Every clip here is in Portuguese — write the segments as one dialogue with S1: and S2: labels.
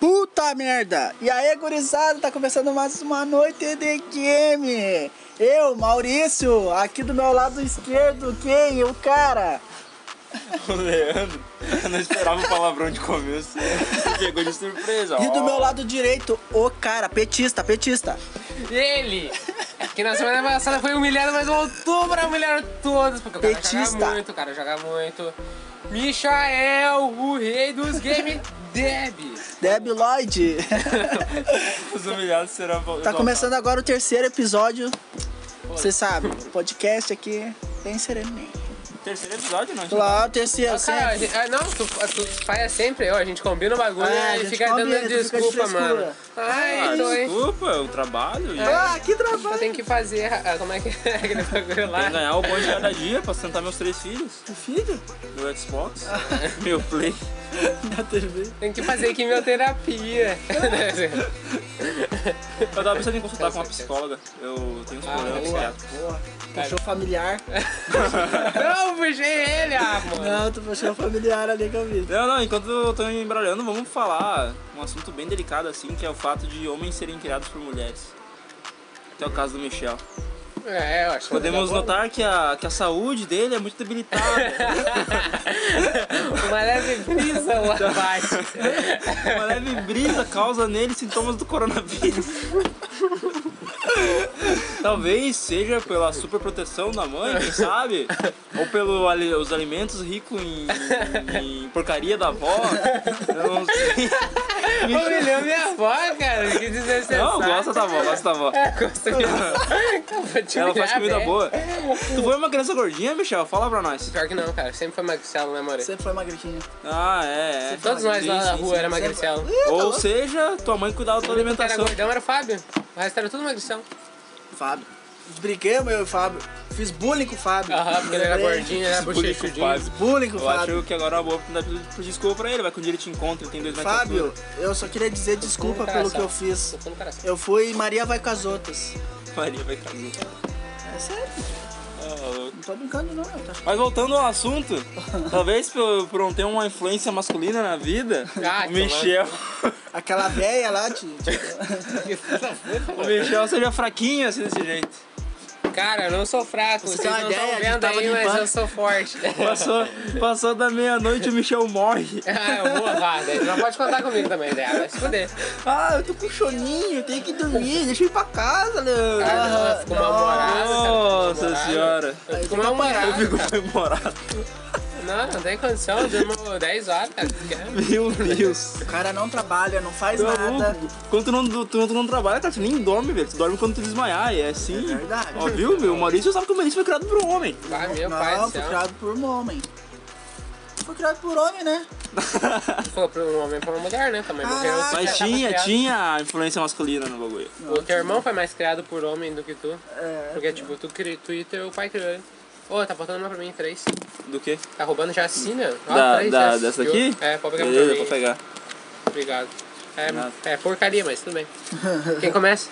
S1: Puta merda! E aí, gurizada, tá começando mais uma noite de game! Eu, Maurício, aqui do meu lado esquerdo, quem? O cara!
S2: O Leandro, eu não esperava o palavrão de começo. Chegou de surpresa.
S1: E do
S2: ó.
S1: meu lado direito, o cara, petista, petista!
S3: Ele! Que na semana passada foi humilhado, mas voltou pra humilhar todos, porque o cara
S1: Petista.
S3: joga muito, o cara joga muito. Michael, o rei dos game deb.
S1: Deb Lloyd!
S2: Os humilhados serão. vol-
S1: Tá
S2: voltados.
S1: começando agora o terceiro episódio. Você sabe, podcast aqui, bem sereninho.
S2: Terceiro episódio, não?
S1: Claro, terceiro,
S3: Cara, a
S1: sempre.
S3: gente- ah, não, tu, tu falha sempre, ó, a gente combina o bagulho
S1: É, a
S3: e
S1: gente
S3: fica
S1: combina,
S3: dando
S1: tu fica de
S3: desculpa,
S1: frescura.
S3: mano. Ai,
S2: Ah,
S3: tô hein?
S2: desculpa, o trabalho. e
S1: Ah, que
S3: Eu
S1: trabalho!
S3: tenho que fazer, ah, como é que é aquele bagulho
S2: Tem que
S3: lá?
S2: ganhar o pão de cada dia pra sustentar meus três filhos. O filho? Meu Xbox, meu Play.
S1: Na TV.
S3: Tem que fazer quimioterapia.
S2: Eu tava pensando em consultar com uma psicóloga. Eu tenho uns
S3: Ah,
S2: problemas
S1: Boa,
S2: psiquiátricos.
S1: boa. Puxou familiar.
S3: É. não, puxei ele, ah, mano.
S1: Não, tu puxou familiar ali que eu vi.
S2: Não, não, enquanto eu tô me embrulhando, vamos falar um assunto bem delicado assim, que é o fato de homens serem criados por mulheres. Que é o caso do Michel.
S3: É, eu acho que
S2: Podemos
S3: tá bom.
S2: notar que a, que a saúde dele é muito debilitada.
S3: Uma leve brisa lá abaixo.
S2: Uma leve brisa causa nele sintomas do coronavírus. Talvez seja pela superproteção da mãe, quem sabe? Ou pelos alimentos ricos em, em porcaria da avó. Eu não sei.
S3: Humilhou minha avó, cara. Que desnecessário.
S2: Não, gosta da avó, gosta da avó.
S3: É, gosta minha avó. Acabou de
S2: Ela
S3: humilhar,
S2: faz comida
S3: velho.
S2: boa. Tu foi uma criança gordinha, Michel? Fala pra nós.
S3: Pior que não, cara. Sempre foi magricelo, né, More?
S1: Sempre foi magritinho.
S2: Ah, é, é.
S3: Todos nós lá
S2: Sim,
S3: na
S2: sim,
S3: rua
S2: sim.
S3: era magricelo.
S2: Ou seja, tua mãe cuidava da tua
S3: O único que era
S2: alimentação.
S3: gordão era o Fábio. O resto era tudo magricelo.
S1: Fábio. Briguei, eu e o Fábio. Fiz bullying com o Fábio.
S3: Aham, porque ele era
S1: Lembrei.
S3: gordinho, era bochechudinho.
S2: Fábio.
S1: Bullying com o
S2: Eu acho
S1: Fábio.
S2: que agora é uma boa oportunidade de pedir desculpa pra ele, vai que um dia ele te encontra, ele tem dois metros de
S1: Fábio,
S2: altura.
S1: eu só queria dizer desculpa
S3: Cara,
S1: pelo
S3: só.
S1: que eu fiz.
S3: Tô no coração.
S1: Eu fui Maria vai com as outras.
S2: Maria vai cair.
S1: É sério, não tô brincando não. eu tô-
S2: Mas voltando ao assunto, talvez por, por não ter uma influência masculina na vida,
S1: então
S3: Ah,
S2: o
S3: que
S2: Michel,
S1: Aquela véia lá de...
S2: o Michel seja fraquinho assim desse jeito.
S3: Cara, eu não sou fraco.
S1: Você
S3: Vocês
S1: tem uma
S3: não
S1: ideia
S3: estão
S1: que
S3: vendo
S1: tava
S3: aí, mas
S1: limpando?
S3: eu sou forte.
S2: Passou, passou da meia-noite o Michel morre.
S1: É.
S3: Ah, eu vou lá, daí. Não pode contar comigo também, né? Vai se fuder.
S1: Ah, eu tô com choninho, eu tenho que dormir, deixa eu ir pra casa, Leandro.
S3: Ah, não, ela ficou mal-humorada,
S1: Ah,
S3: cara,
S2: Nossa
S3: ficou mal-humorada.
S2: senhora.
S3: Eu fico mal-humorado,
S2: Eu fico
S3: cara.
S2: comemorado.
S3: Não, não tem condição, eu durmo 10 horas, cara. Que é?
S2: Meu Deus.
S1: O cara não trabalha, não faz
S2: Tá
S1: nada.
S2: louco. Quando tu não, tu, tu não trabalha, cara, tu nem dorme, velho. Tu dorme quando tu desmaiar, e é assim.
S1: É verdade.
S2: Ó, viu, meu? O Maurício sabe que o Maurício foi criado por um homem.
S3: Ah, meu
S1: não,
S3: pai do
S1: foi
S3: céu.
S1: criado por um homem. Foi criado por homem, né?
S3: Foi pro um homem pra uma mulher, né? Também porque
S1: Caraca.
S3: eu
S2: Mas
S3: já tava
S2: tinha,
S3: criado.
S2: tinha a influência masculina no bagulho.
S3: O teu irmão foi mais criado por homem do que tu.
S1: É,
S3: Porque, tipo, tu, cri, tu e teu pai criou ele. Ô, tá faltando uma pra mim, três.
S2: Do quê?
S3: Tá roubando jacina? Ó,
S2: Da-
S3: Ah, três
S2: da-
S3: já
S2: dessa
S3: assistiu.
S2: aqui?
S3: É, pode pegar
S2: Beleza,
S3: pra
S2: vou
S3: mim.
S2: pegar.
S3: Obrigado.
S2: Nada.
S3: É, é porcaria, mas tudo bem. Quem começa?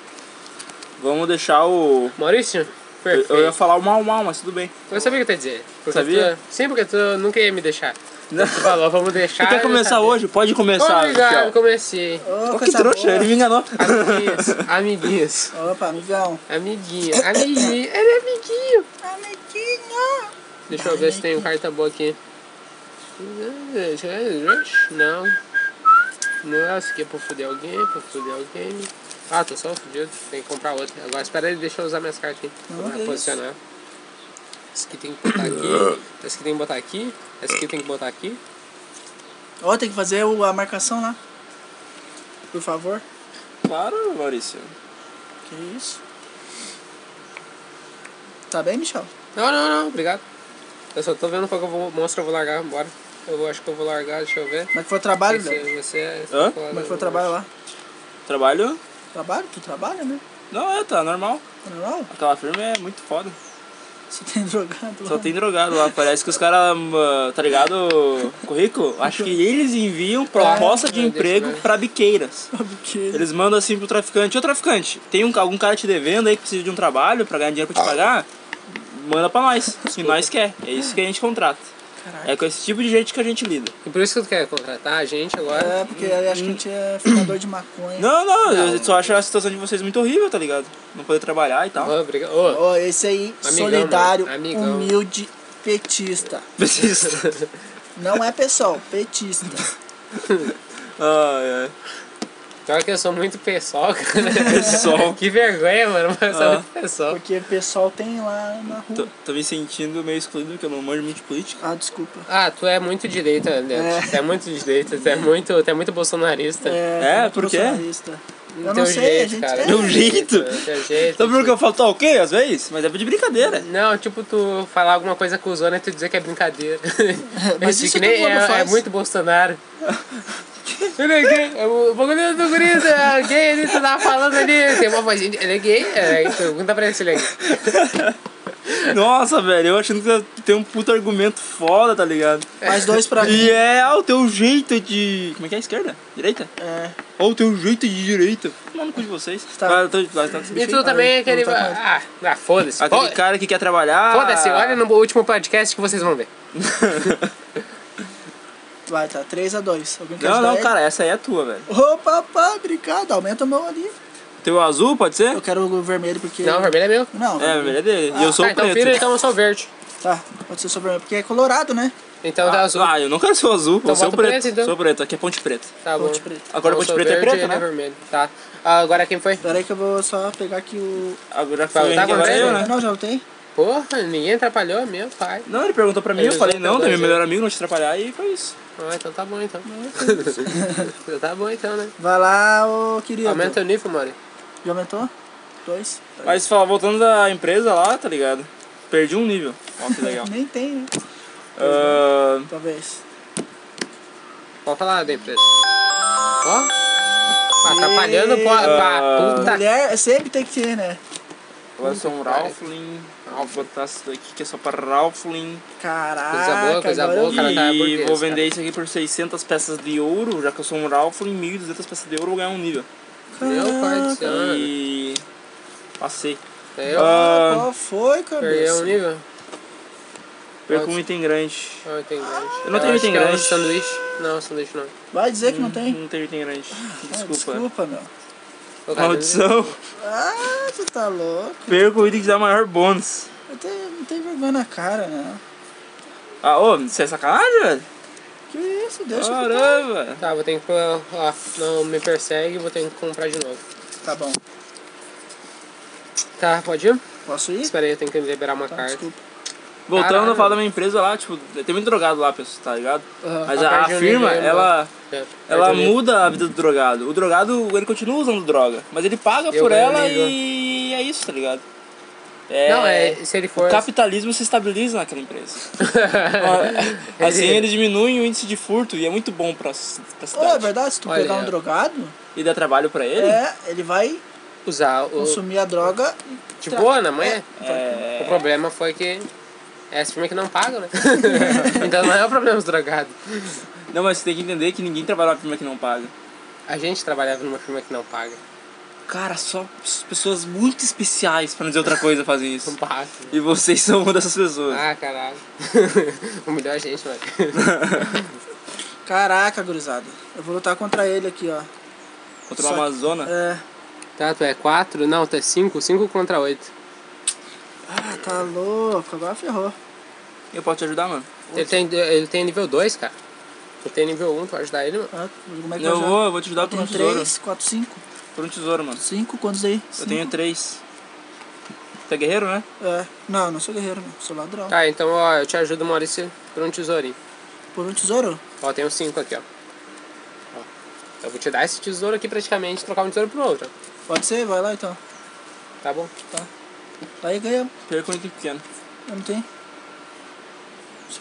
S2: Vamos deixar o.
S3: Maurício?
S2: Eu,
S3: Perfeito.
S2: eu ia falar o mal mal, mas tudo bem.
S3: Eu sabia o que eu ia dizer. Porque
S2: Sabia?
S3: Tu, sim, porque tu nunca ia me deixar. Tu falou, vamos deixar.
S2: Tu quer
S3: eu
S2: começar
S3: sabia.
S2: hoje? Pode começar.
S3: Obrigado,
S2: Michel.
S3: comecei.
S1: Ô,
S2: Ó, que
S1: coisa
S2: trouxa,
S1: boa.
S2: ele me enganou.
S3: Amiguinhos, amiguinhos,
S1: Opa, amigão.
S3: amiguinho, amiguinho, ele é amiguinho.
S1: Amiguinho.
S3: Deixa eu ver se tem um carta boa aqui. Não. Nossa, aqui é pra fuder alguém, pra fuder alguém. Ah, tô só fudido, tem que comprar outra. Agora espera ele, deixa eu usar minhas cartas aqui.
S1: Não,
S3: Pra
S1: é
S3: posicionar. Esse aqui tem que botar aqui, esse aqui tem que botar aqui, esse aqui tem que botar aqui.
S1: Ó, tem que fazer o- a marcação lá. Por favor.
S2: Claro, Maurício.
S1: Que isso? Tá bem, Michel?
S3: Não, não, não, obrigado. Eu só tô vendo qual que eu vou, monstro eu vou largar, bora. Eu vou- acho que eu vou largar, deixa eu ver.
S1: Como é que foi o trabalho,
S3: Você-
S1: velho?
S3: você é-
S2: Hã?
S1: Como é que foi o trabalho lá?
S2: Trabalho?
S1: Trabalho? Tu trabalha, né?
S2: Não, é, tá normal.
S1: Tá normal?
S2: Aquela firma é muito foda.
S1: Só tem drogado tá lá.
S2: Só tem drogado lá. Parece que os caras, ah, tá ligado? Currículo? Acho que eles enviam proposta de
S3: Ah,
S2: emprego
S3: deixa eu ver.
S2: pra biqueiras.
S1: Sabe o Tá quê?
S2: Eles mandam assim pro traficante, ô traficante, tem um, algum cara te devendo aí que precisa de um
S3: Ah.
S2: trabalho pra ganhar dinheiro pra te pagar? Manda pra nós, se nós quer. É isso que a gente contrata.
S3: Caralho.
S2: É com esse tipo de gente que a gente lida.
S3: E por isso que tu quer contratar a gente agora?
S1: É, porque eu acho que a gente é fumador de maconha.
S2: Hum. Não, não, eu
S3: Não.
S2: só acho a situação de vocês muito horrível, tá ligado? Não poder trabalhar e
S1: É.
S2: tal.
S3: Ô, obriga- ô.
S1: Ó, esse aí,
S3: Amigão,
S1: solidário,
S3: mano. Amigão.
S1: humilde, petista. Não é pessoal, petista.
S2: Ai, É ai.
S3: Pior que eu sou muito pessoal, cara.
S2: Pessoal.
S3: que vergonha, mano, mas eu sou
S2: Ah.
S3: muito pessoal.
S1: Porque pessoal tem lá na rua.
S2: Tô, tô me sentindo meio excluído porque eu não manjo muito de política.
S1: Ah, desculpa.
S3: Ah, tu é muito direita, Leandro.
S1: É.
S3: Tu é muito direita, tu é muito, tu é muito bolsonarista.
S2: É,
S1: muito
S2: por quê? um
S1: bolsonarista.
S3: Do
S1: Eu
S3: teu
S1: não sei, a gente é.
S2: Do jeito.
S3: Do teu jeito.
S2: Sabe por que eu falo tá ok às vezes? Mas é de brincadeira.
S3: Não, tipo, tu falar alguma coisa com o Zona e tu dizer que é brincadeira.
S1: Mas
S3: Esse
S1: isso
S3: que nem
S1: todo mundo
S3: é, é
S1: faz.
S3: muito Bolsonaro. Ele é gay, é o bagulho do guri, é gay, ele tu tava falando ali, tem uma vozinha, de- ele é gay, é, pergunta pra ele se ele é gay.
S2: Nossa, velho, eu achando que eu tenho um puto argumento foda, tá ligado?
S1: Mais dois pra mim.
S2: E é ah, o teu jeito de. Como é que é? Esquerda? Direita?
S1: É.
S2: Ou o teu jeito de direita? Não, no cu de vocês.
S1: Tá.
S2: Vai, tô- vai, tá com esse
S3: E
S2: bicho
S3: tu
S2: aí.
S3: também é aquele...
S1: não tá mais.
S3: Ah, ah foda-se.
S2: Aquele
S3: Foda-
S2: cara que quer trabalhar.
S3: Foda-se, olha no último podcast que vocês vão ver.
S1: Vai, tá. 3x2. Alguém quer
S2: Não,
S1: ajudar
S2: não,
S1: ele?
S2: cara, essa aí é a tua, velho.
S1: Ô, papai, obrigado. Aumenta o meu ali.
S2: Teu azul, pode ser?
S1: Eu quero o vermelho porque...
S3: Não, o vermelho é meu.
S1: Não,
S2: É, velho, é dele. E eu sou
S3: Ah,
S2: o
S3: então
S2: preto.
S3: filho, então eu sou o verde.
S1: Tá, pode ser só vermelho. Porque é colorado, né?
S3: Então tá
S2: ah,
S3: azul.
S2: ah, eu não quero ser o azul,
S3: Então
S2: eu sou o
S3: bota o
S2: preto.
S3: preto, então.
S2: Sou o preto, aqui é ponte preta.
S3: tá bom.
S1: Ponte preta.
S2: Agora
S3: Então,
S2: ponte
S3: eu sou
S2: preta é
S3: verde,
S2: preta,
S3: ele
S2: né?
S3: vermelho. Tá. Ah, agora quem foi?
S1: Pera aí que eu vou só pegar aqui o...
S2: Agora foi o
S3: tá
S2: Henrique, agora é eu,
S3: acontecendo,
S1: Ah,
S2: né?
S1: Não, já voltei.
S3: Porra, ninguém atrapalhou, meu pai.
S2: Não, ele perguntou pra mim,
S3: Eles
S2: eu falei,
S3: vão
S2: não,
S3: tentar
S2: tem meu
S3: fazer.
S2: melhor amigo, não te atrapalhar, e foi isso.
S3: Ah, então tá bom então. então tá bom então, né?
S1: Vai lá, ô querido.
S3: Aumenta o nível, mano.
S1: Já aumentou? Dois. Tá.
S2: Mas fala, voltando da empresa lá, tá ligado? Perdi um nível. Ó, que legal.
S1: Nem tem, né?
S2: Ah,
S1: Talvez.
S3: Pode falar da empresa. Ó. Atrapalhando pô, a
S2: Ah.
S3: puta.
S1: Mulher sempre tem que ter, né?
S2: agora sou um Ralfling. Vou botar isso daqui que é só pra Ralfling.
S1: Caraca,
S3: Coisa boa, coisa
S1: agora
S3: boa,
S1: eu-
S3: cara tá
S2: E
S3: burguês,
S2: vou vender isso aqui por 600 peças de ouro, já que eu sou um Ralfling, 1200 peças de ouro, eu vou ganhar um nível.
S3: Meu pai do céu. mano.
S2: E... Passei.
S3: Eu
S2: Ah,
S1: Qual foi,
S3: perdi
S1: cabeça?
S3: um nível.
S2: Perco
S3: Pode.
S2: um item grande.
S3: Não, tem grande.
S2: Eu não tenho
S3: acho
S2: item
S3: que é um
S2: grande.
S3: sanduíche. Não, sanduíche não.
S1: Vai dizer que não
S3: Hum,
S1: tem?
S2: Não tem item grande.
S1: Ah,
S2: Desculpa.
S1: desculpa, meu.
S3: Ô, cara,
S2: Maldição.
S1: Ah, tu tá louco.
S2: Perco o item que dá maior bônus.
S1: Eu tenho, não tem vergonha na cara, né?
S2: Ah, ô, isso é sacanagem, velho?
S1: Que isso, deixa eu ficar.
S2: Caramba.
S3: Tá, vou ter que. Ó, não me persegue, vou ter que comprar de novo.
S1: Tá bom.
S3: Tá, pode ir?
S1: Posso ir?
S3: Espera aí, eu tenho que liberar uma
S1: Tá,
S3: carta.
S1: desculpa.
S2: Voltando a
S3: Caralho.
S2: falar da minha empresa lá, tipo, tem muito drogado lá, pessoal, tá ligado?
S1: Aham.
S2: Mas
S3: A
S2: a, a
S3: parte de
S2: firma,
S3: onde ele
S2: ela,
S3: É,
S2: ela
S3: perdeu o nível.
S2: muda a vida do drogado. O drogado, ele continua usando droga, mas ele paga
S3: Eu
S2: por
S3: ganho
S2: ela
S3: nível.
S2: e é isso, tá ligado? É,
S3: Não, é, se ele for.
S2: O capitalismo se estabiliza naquela empresa. assim, eles diminuem o índice de furto e é muito bom pra, c- pra
S1: Ô, é
S2: cidade.
S1: verdade, se tu
S3: Olha
S1: pegar
S3: aí,
S1: um
S3: ó.
S1: drogado,
S2: e dá trabalho pra ele.
S1: é, ele vai
S3: usar o.
S1: consumir a droga.
S3: De boa, na manhã.
S2: É,
S3: O problema foi que. É essa firma que não paga, né? então não é o problema dos drogados.
S2: Não, mas você tem que entender que ninguém trabalha numa firma que não paga.
S3: A gente trabalhava numa firma que não paga.
S2: Cara, só s- pessoas muito especiais, pra não dizer outra coisa, fazem
S3: Não
S2: isso.
S3: paga.
S2: E vocês são uma dessas pessoas.
S3: Um né? Ah, caralho. Humilhou a gente, mano.
S1: Caraca, gurizada. Eu vou lutar contra ele aqui, ó.
S2: Contra o
S1: Só-
S2: Amazonas.
S1: É.
S3: Tá, tu é 4? Não, tu é 5? 5 contra 8.
S1: Ah, tá louco. Agora ferrou.
S2: Eu posso te ajudar, mano?
S3: Ele tem, ele tem nível 2, cara. Tu tem nível 1, um, tu vai ajudar ele, mano.
S1: Ah, como é que
S2: eu
S1: já-
S2: vou, eu vou te ajudar
S1: Eu
S2: por um
S1: tenho
S2: tesouro.
S1: 3, 4, 5.
S2: Por um tesouro, mano.
S1: 5, quantos aí?
S2: Eu tenho três. Você é guerreiro, né?
S1: É. Não, eu não sou guerreiro, meu. Sou ladrão.
S3: Tá, então ó, eu te ajudo, Maurício, por um tesourinho.
S1: Por um tesouro?
S3: Ó, tem um 5 aqui, ó. Ó. Eu vou te dar esse tesouro aqui praticamente, trocar um tesouro por outro.
S1: Pode ser? Vai lá então.
S3: Tá bom?
S1: Aí ganhamos.
S2: Perco um item pequeno.
S1: Eu não tenho.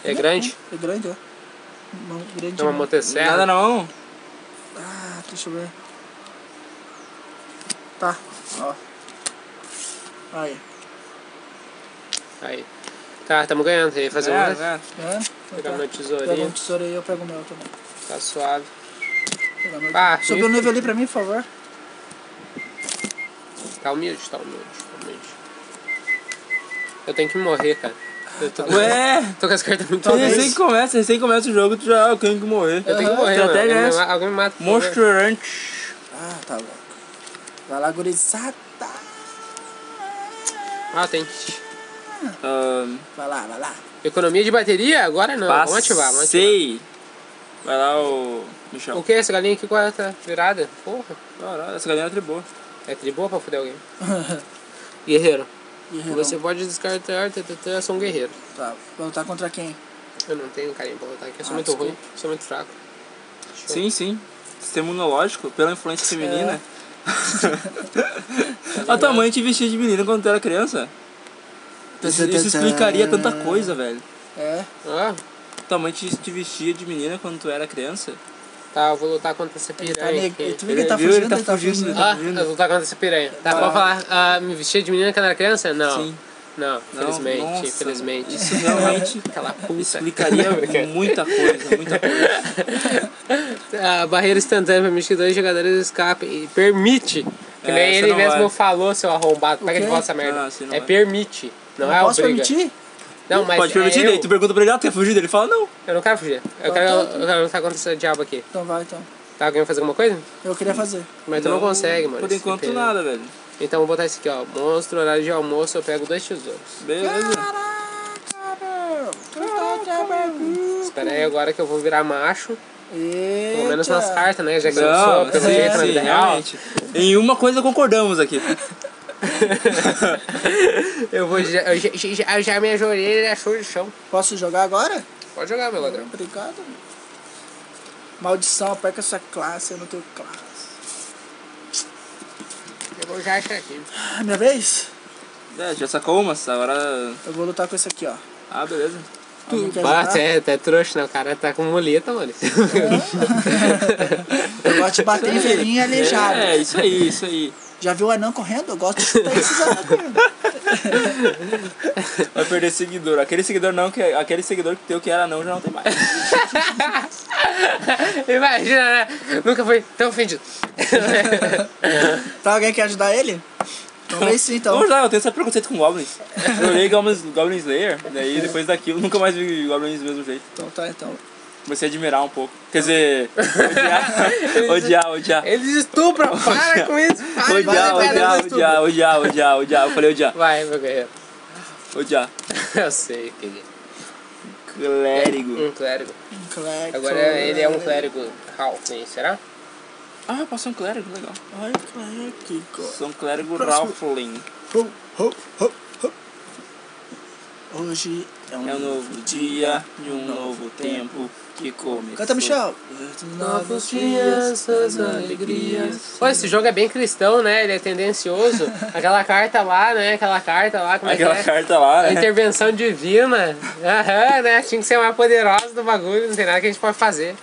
S3: É grande?
S1: É grande, ó. Uma grande.
S3: Tem uma
S1: não.
S3: motosserra.
S2: Nada na mão?
S1: Ah, deixa eu ver. Tá, ó. Aí.
S3: Aí. Tá, tamo ganhando. Você ia fazer
S2: É,
S3: uma?
S2: é.
S1: É?
S3: Pegar meu
S1: Pega um
S3: tesourinho.
S1: tesouro aí, eu pego o meu também.
S3: Tá suave.
S1: Pegar meu.
S3: Ah,
S1: Sobe o nível ali pra mim, por favor.
S3: Tá humilde, tá humilde, tá humilde. Eu tenho que morrer, cara. Eu tô,
S2: Ué!
S3: tô com as cartas muito
S2: Tu
S1: Talvez.
S2: recém começa, recém começa o jogo, tu já ah, quem que morrer.
S3: Eu tenho que morrer, mano.
S2: Estratégia é
S3: Alguém,
S2: essa.
S3: alguém me mata. por favor.
S2: Monster Ranch.
S1: Ah, tá louco. Vai lá, gurizada.
S3: Ah, tem.
S2: Ahn,
S1: Vai lá, vai lá.
S3: Economia de bateria? Agora não. Vamos ativar, vamos ativar.
S2: Passei. Vai lá, o Michel.
S3: O que? Essa galinha aqui com a tá virada? Porra.
S2: Caralho, essa galera é boa.
S3: É de boa pra fuder alguém. Guerreiro.
S1: Guerreirão.
S3: Você pode descartar, tá, tá, tá, eu sou um guerreiro.
S1: Tá, vou lutar contra quem?
S3: Eu não tenho carinho pra botar aqui, eu sou
S1: Ah,
S3: muito
S1: desculpa.
S3: ruim, sou muito fraco. Show.
S2: Sim, sim. Sistema imunológico, pela influência feminina. a tua mãe te vestia de menina quando tu era criança? Isso, isso explicaria tanta coisa, velho.
S1: É,
S3: Ah,
S2: Tua mãe te, te vestia de menina quando tu era criança?
S3: tá, eu vou lutar contra essa
S1: ele
S3: piranha.
S1: tá negro.
S3: aqui.
S1: Tu viu que ele tá
S2: Ele-
S1: fugindo?
S2: ele tá fugindo, ele
S3: Ah, eu vou lutar contra essa piranha. Tá, pode falar, ah, me vestia de menina quando era criança? Não.
S2: Sim.
S3: Não,
S2: Não,
S3: infelizmente,
S2: nossa,
S3: infelizmente.
S2: Isso realmente
S3: Aquela puta.
S2: explicaria muita coisa, muita coisa.
S3: A Ah, barreira instantânea permite que dois jogadores escapem. E permite. Que
S2: É,
S3: nem
S2: você
S3: ele
S2: não
S3: mesmo
S2: vai.
S3: falou, seu arrombado. é Pega de
S1: quê?
S3: volta essa merda.
S2: Ah, você não
S3: é
S2: vai.
S3: permite. Não, é
S1: Posso
S3: obriga.
S1: permitir?
S3: Não, mas
S2: Pode permitir,
S3: é
S2: daí
S3: eu,
S2: tu pergunta pra ele, ah, tu quer fugir? Ele fala, não.
S3: eu não quero fugir. Eu quero, eu quero lutar contra esse diabo aqui.
S1: Então vai, então.
S3: Tá, alguém vai fazer alguma coisa?
S1: Eu queria fazer.
S3: Mas tu não consegue, mano.
S2: Por
S3: Esse
S2: enquanto
S3: pena.
S2: nada, velho.
S3: Então vou botar esse aqui, ó. Monstro, horário de almoço, eu pego dois tesouros.
S1: Ah,
S2: Beleza.
S1: Caraca, meu! Caraca, meu!
S3: Espera aí agora que eu vou virar macho.
S1: Eita.
S3: Pelo menos nas cartas, né? Já que eu
S2: Não,
S3: sou, pelo
S2: sim,
S3: jeito, na
S2: sim,
S3: vida real.
S2: realmente. Em uma coisa concordamos aqui.
S3: Eu vou já, eu já, já, já minha orelha achou de chão.
S1: Posso jogar agora?
S3: Pode jogar, meu ladrão.
S1: Obrigado. Maldição, perca sua classe, eu não tenho classe.
S3: Eu vou já achar aqui.
S1: Ah, minha vez?
S2: É, já sacou uma, agora.
S1: Eu vou lutar com esse aqui, ó.
S2: Ah, beleza.
S1: Alguém quer
S3: Bah,
S1: jogar?
S3: tu é, tu é trouxa, né? O cara tá com muleta, mano.
S1: Eu gosto de bater em velhinho e aleijado.
S2: É, isso aí, isso aí.
S1: Já viu o anão correndo? Eu gosto de chutar esses anãos correndo.
S2: Vai perder seguidor. Aquele seguidor não que aquele seguidor que teu que era não já não tem mais.
S3: Imagina, né? Nunca foi tão ofendido.
S1: Tá, alguém quer ajudar ele? Talvez sim, então.
S2: Vamos lá, eu tenho esse preconceito com goblins. Eu olhei Goblin, Goblin Slayer,
S1: É.
S2: daí depois daquilo nunca mais vi goblins do mesmo jeito.
S1: Então tá, então.
S2: Comecei a admirar um pouco. Quer dizer, odiar, odiar, odiar.
S3: Eles estupram, para com isso. Para,
S2: Odiar,
S3: para, para,
S2: odiar,
S3: eles estupram.
S2: odiar, odiar, odiar, odiar. Eu falei odiar,
S3: Vai, meu guerreiro.
S2: odiar.
S3: Eu sei, querido.
S2: Clérigo.
S3: Um clérigo.
S1: Um clérigo.
S3: Agora ele é um clérigo Ralph, hein? será?
S2: Ah, eu posso ser um clérigo, legal.
S1: Ai, clérigo.
S2: Sou um clérigo
S1: Próximo.
S2: Ralphling.
S1: Hop, hop, hop, hop. Hoje é um,
S2: É um novo dia e um novo tempo que começou.
S1: Canta, Michel. Novos dias, suas alegrias.
S3: Pô, esse jogo é bem cristão, né? Ele é tendencioso. Aquela carta lá, né? Aquela carta lá, como é
S2: Aquela
S3: que é?
S2: carta lá,
S3: A
S2: né?
S3: Intervenção divina. Aham, né? Tinha que ser mais poderosa do bagulho, não tem nada que a gente pode fazer.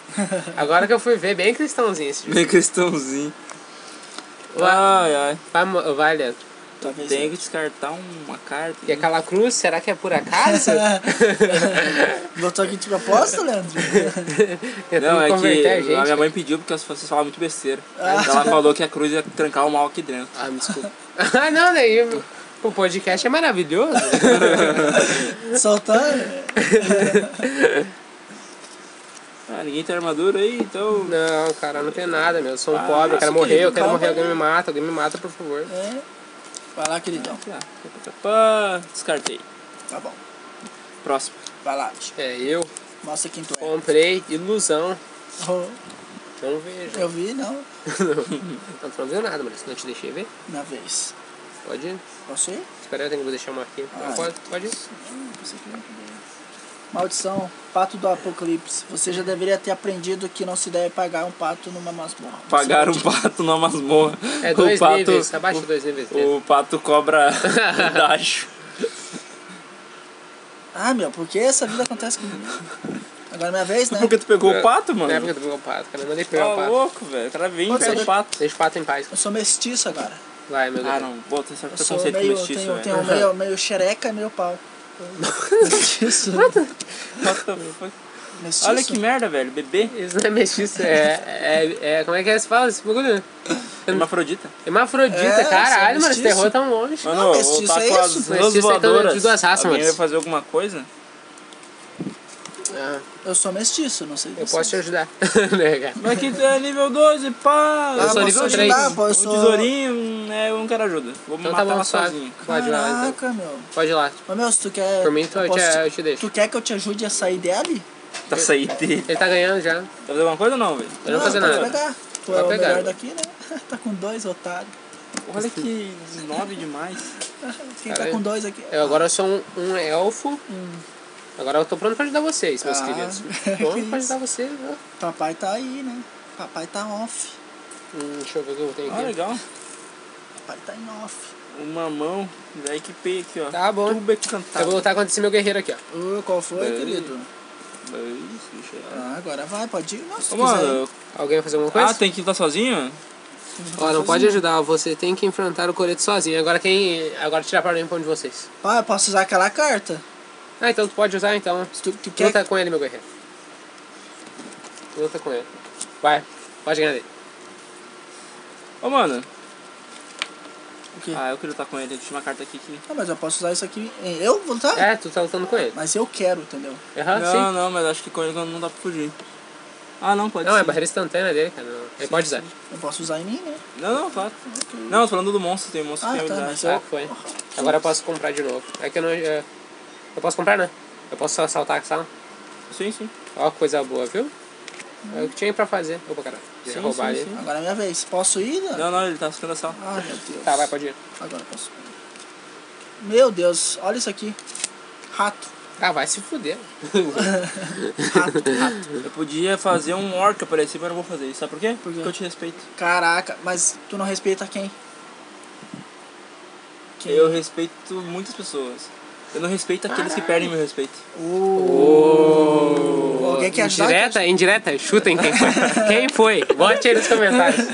S3: Agora que eu fui ver, é bem cristãozinho esse jogo.
S2: Meio cristãozinho.
S3: Vai,
S2: Ai, ai.
S3: vai, mo- vai Leandro.
S1: Talvez
S2: Tenho que descartar uma carta.
S3: E aquela cruz, será que é por acaso?
S1: Botou aqui de propósito, Leandro?
S3: Tentando
S2: Não, é que
S3: converter a
S2: a,
S3: gente. né?
S2: minha mãe pediu porque as- vocês falam muito besteira.
S1: Ah.
S2: Então Ela falou que a cruz ia trancar o mal aqui dentro.
S3: Ah, me desculpa. ah, não, daí o- o podcast é maravilhoso.
S1: Soltando?
S2: Ah, ninguém tem armadura aí, então.
S3: Não, cara, eu não tem nada, meu. Eu sou um
S2: Ah,
S3: pobre, eu quero
S2: isso,
S3: morrer,
S2: querido,
S3: eu quero
S2: calma
S3: morrer,
S2: aí.
S3: alguém me mata, alguém me mata, por favor.
S1: É. Vai lá, queridão.
S2: Ah, pá, pá, pá, descartei.
S1: Tá bom.
S2: Próximo.
S1: Vai lá, bicho.
S3: É, eu
S1: Mostra quem tu é.
S3: comprei ilusão.
S1: Oh,
S3: Não vejo.
S1: eu vi, não.
S3: Não, tu não viu nada, mas não te deixei ver.
S1: Minha vez.
S3: Pode ir.
S1: Posso ir?
S3: Espera, eu tenho que deixar uma aqui. Não,
S1: Ah.
S3: pode, pode ir.
S1: Maldição, pato do apocalipse. Você já deveria ter aprendido que não se deve pagar um pato numa masmorra.
S2: Pagaram o pato na masmorra.
S3: É
S2: o
S3: dois
S2: pato,
S3: níveis, abaixo de dois níveis. né?
S2: O pato cobra o dacho.
S1: Ah, meu, por que essa vida acontece comigo? Agora é minha vez, né?
S2: Porque tu pegou o pato, mano?
S3: Na época do pegou o pato, cara. é Eu mandei pegar
S2: Tá
S3: o pato.
S2: louco, velho. O cara vem e
S1: Pode
S2: pega
S1: ser.
S2: o pato.
S3: Deixa o pato em paz.
S1: Eu sou mestiço agora.
S3: Vai, meu Deus.
S2: Ah, não. Pô, tem certo
S1: Eu sou
S2: preconceito com
S1: meio,
S2: mestiço, é.
S1: tenho,
S2: velho.
S1: tenho meio, meio xereca e meio pau. mestiço.
S2: What the fuck?
S1: mestiço.
S2: Olha que merda, velho. Bebê.
S3: Isso não é mestiço, é, é, é- Como é que é se fala esse bagulho?
S2: Hermafrodita.
S3: Hermafrodita,
S1: É,
S3: caralho,
S1: isso é
S3: mano, esse terror
S1: mestiço.
S3: tão longe.
S1: Não,
S2: Mano,
S1: mestiço
S2: ou tá
S1: é
S2: com
S1: isso,
S2: as
S1: pô.
S2: duas
S3: Mestiço é todo
S2: voadoras.
S3: de duas raças,
S2: Alguém
S3: mano.
S2: vai fazer alguma coisa?
S3: Ah,
S1: Eu sou mestiço, não sei
S3: eu
S1: você.
S3: posso te ajudar. Né, cara?
S2: Mas que é nível 12, pá!
S3: Eu sou
S1: mas
S3: nível
S1: sou de
S3: três.
S1: lá, pô, eu
S2: Um
S1: sou-
S2: tesourinho, um- é, eu não quero ajuda. Vou
S3: Então
S2: matar
S3: tá bom,
S2: ela
S3: suave.
S2: sozinho.
S3: Pode ir lá, então.
S1: Caraca, meu.
S3: Pode ir lá.
S1: Mas, meu, se tu quer...
S3: Por mim, tu- eu te-
S1: posso-
S3: eu te deixo.
S1: Tu quer que eu te ajude a sair dele?
S2: Tá saindo dele.
S3: Ele tá ganhando já.
S2: Tá fazendo alguma coisa ou não, velho?
S3: Eu não vou fazer
S1: pode
S3: nada.
S1: pegar. Tu
S3: Vai
S1: é o
S3: pegar.
S1: melhor daqui, né? tá com dois, otário.
S2: Olha que desnobre demais.
S1: Quem tá
S3: Caralho.
S1: com dois aqui?
S3: Eu agora sou um, um elfo. Agora eu tô pronto pra ajudar vocês, meus
S1: Ah,
S3: queridos.
S1: que
S3: Pronto pra
S1: isso.
S3: ajudar vocês. né?
S1: Papai tá aí, né? Papai tá off.
S3: Hum, deixa eu ver o que eu tenho
S2: Ah,
S3: aqui.
S2: legal.
S1: Papai tá em off.
S2: Uma mão, velho, que peia aqui, ó.
S3: Tá bom.
S2: Tuba
S3: Eu vou
S2: cantado.
S3: lutar contra esse meu guerreiro aqui, ó.
S1: Ô, qual foi,
S2: Ei.
S1: querido?
S2: Isso, deixa eu-
S1: Ah, agora vai, pode ir. Não, se
S2: é. Ô,
S1: quiser.
S2: mano,
S3: Alguém vai fazer alguma coisa?
S2: ah, tem que lutar sozinho?
S3: Ó, não pode ajudar, você tem que enfrentar o colete sozinho. Agora quem. Agora tirar para limpar um de vocês.
S1: Ah, eu posso usar aquela carta?
S3: Ah, então tu pode usar então.
S1: Se tu, tu quer...
S3: Luta com ele, meu guerreiro. Luta com ele. Vai, pode ganhar dele.
S2: Ô, mano.
S1: O quê?
S2: Ah, eu queria lutar com ele. Deixa uma carta aqui que...
S1: Ah, mas eu posso usar isso aqui. em- Eu vou lutar?
S3: É, tu tá lutando com ele.
S1: Mas eu quero, entendeu?
S3: Aham,
S2: não,
S3: Ah, sim.
S2: não, mas acho que com ele não dá pra fugir. Ah, não, pode
S3: Não, é
S2: sim.
S3: barreira instantânea dele, cara. não. Ele pode usar.
S1: Eu posso usar em mim, né?
S2: Não, não, claro. Não, eu tô falando do monstro, tem um monstro que
S1: Ah,
S2: tem
S1: tá,
S2: habilidade.
S1: mas
S3: Ah, foi. Agora eu posso comprar de novo. É que eu não. é- Eu posso comprar, né? Eu posso só saltar a sala.
S2: Sim, sim.
S3: Ó, que coisa boa, viu? É o que tinha pra fazer. Opa, caralho. Ia
S2: Sim,
S3: roubar
S2: sim,
S3: ali.
S2: sim.
S1: Agora é minha vez. Posso ir? né?
S2: Não, não, ele tá ficando só.
S1: Ah, meu Deus.
S3: Tá, vai, pode ir.
S1: Agora eu posso. Meu Deus, olha isso aqui. Rato.
S3: Ah, vai se fuder.
S1: Rato, rato.
S2: Eu podia fazer um orca parecido, mas eu não vou fazer isso. Sabe por quê?
S1: Por quê?
S2: Porque eu te respeito.
S1: Caraca, mas tu não respeita quem? Quem?
S2: Eu respeito muitas pessoas. Eu não respeito aqueles que perdem meu respeito.
S3: Oh.
S1: Uh. Alguém quer ajudar?
S3: Indireta, indireta, chutem quem foi. quem foi? Bote aí nos comentários.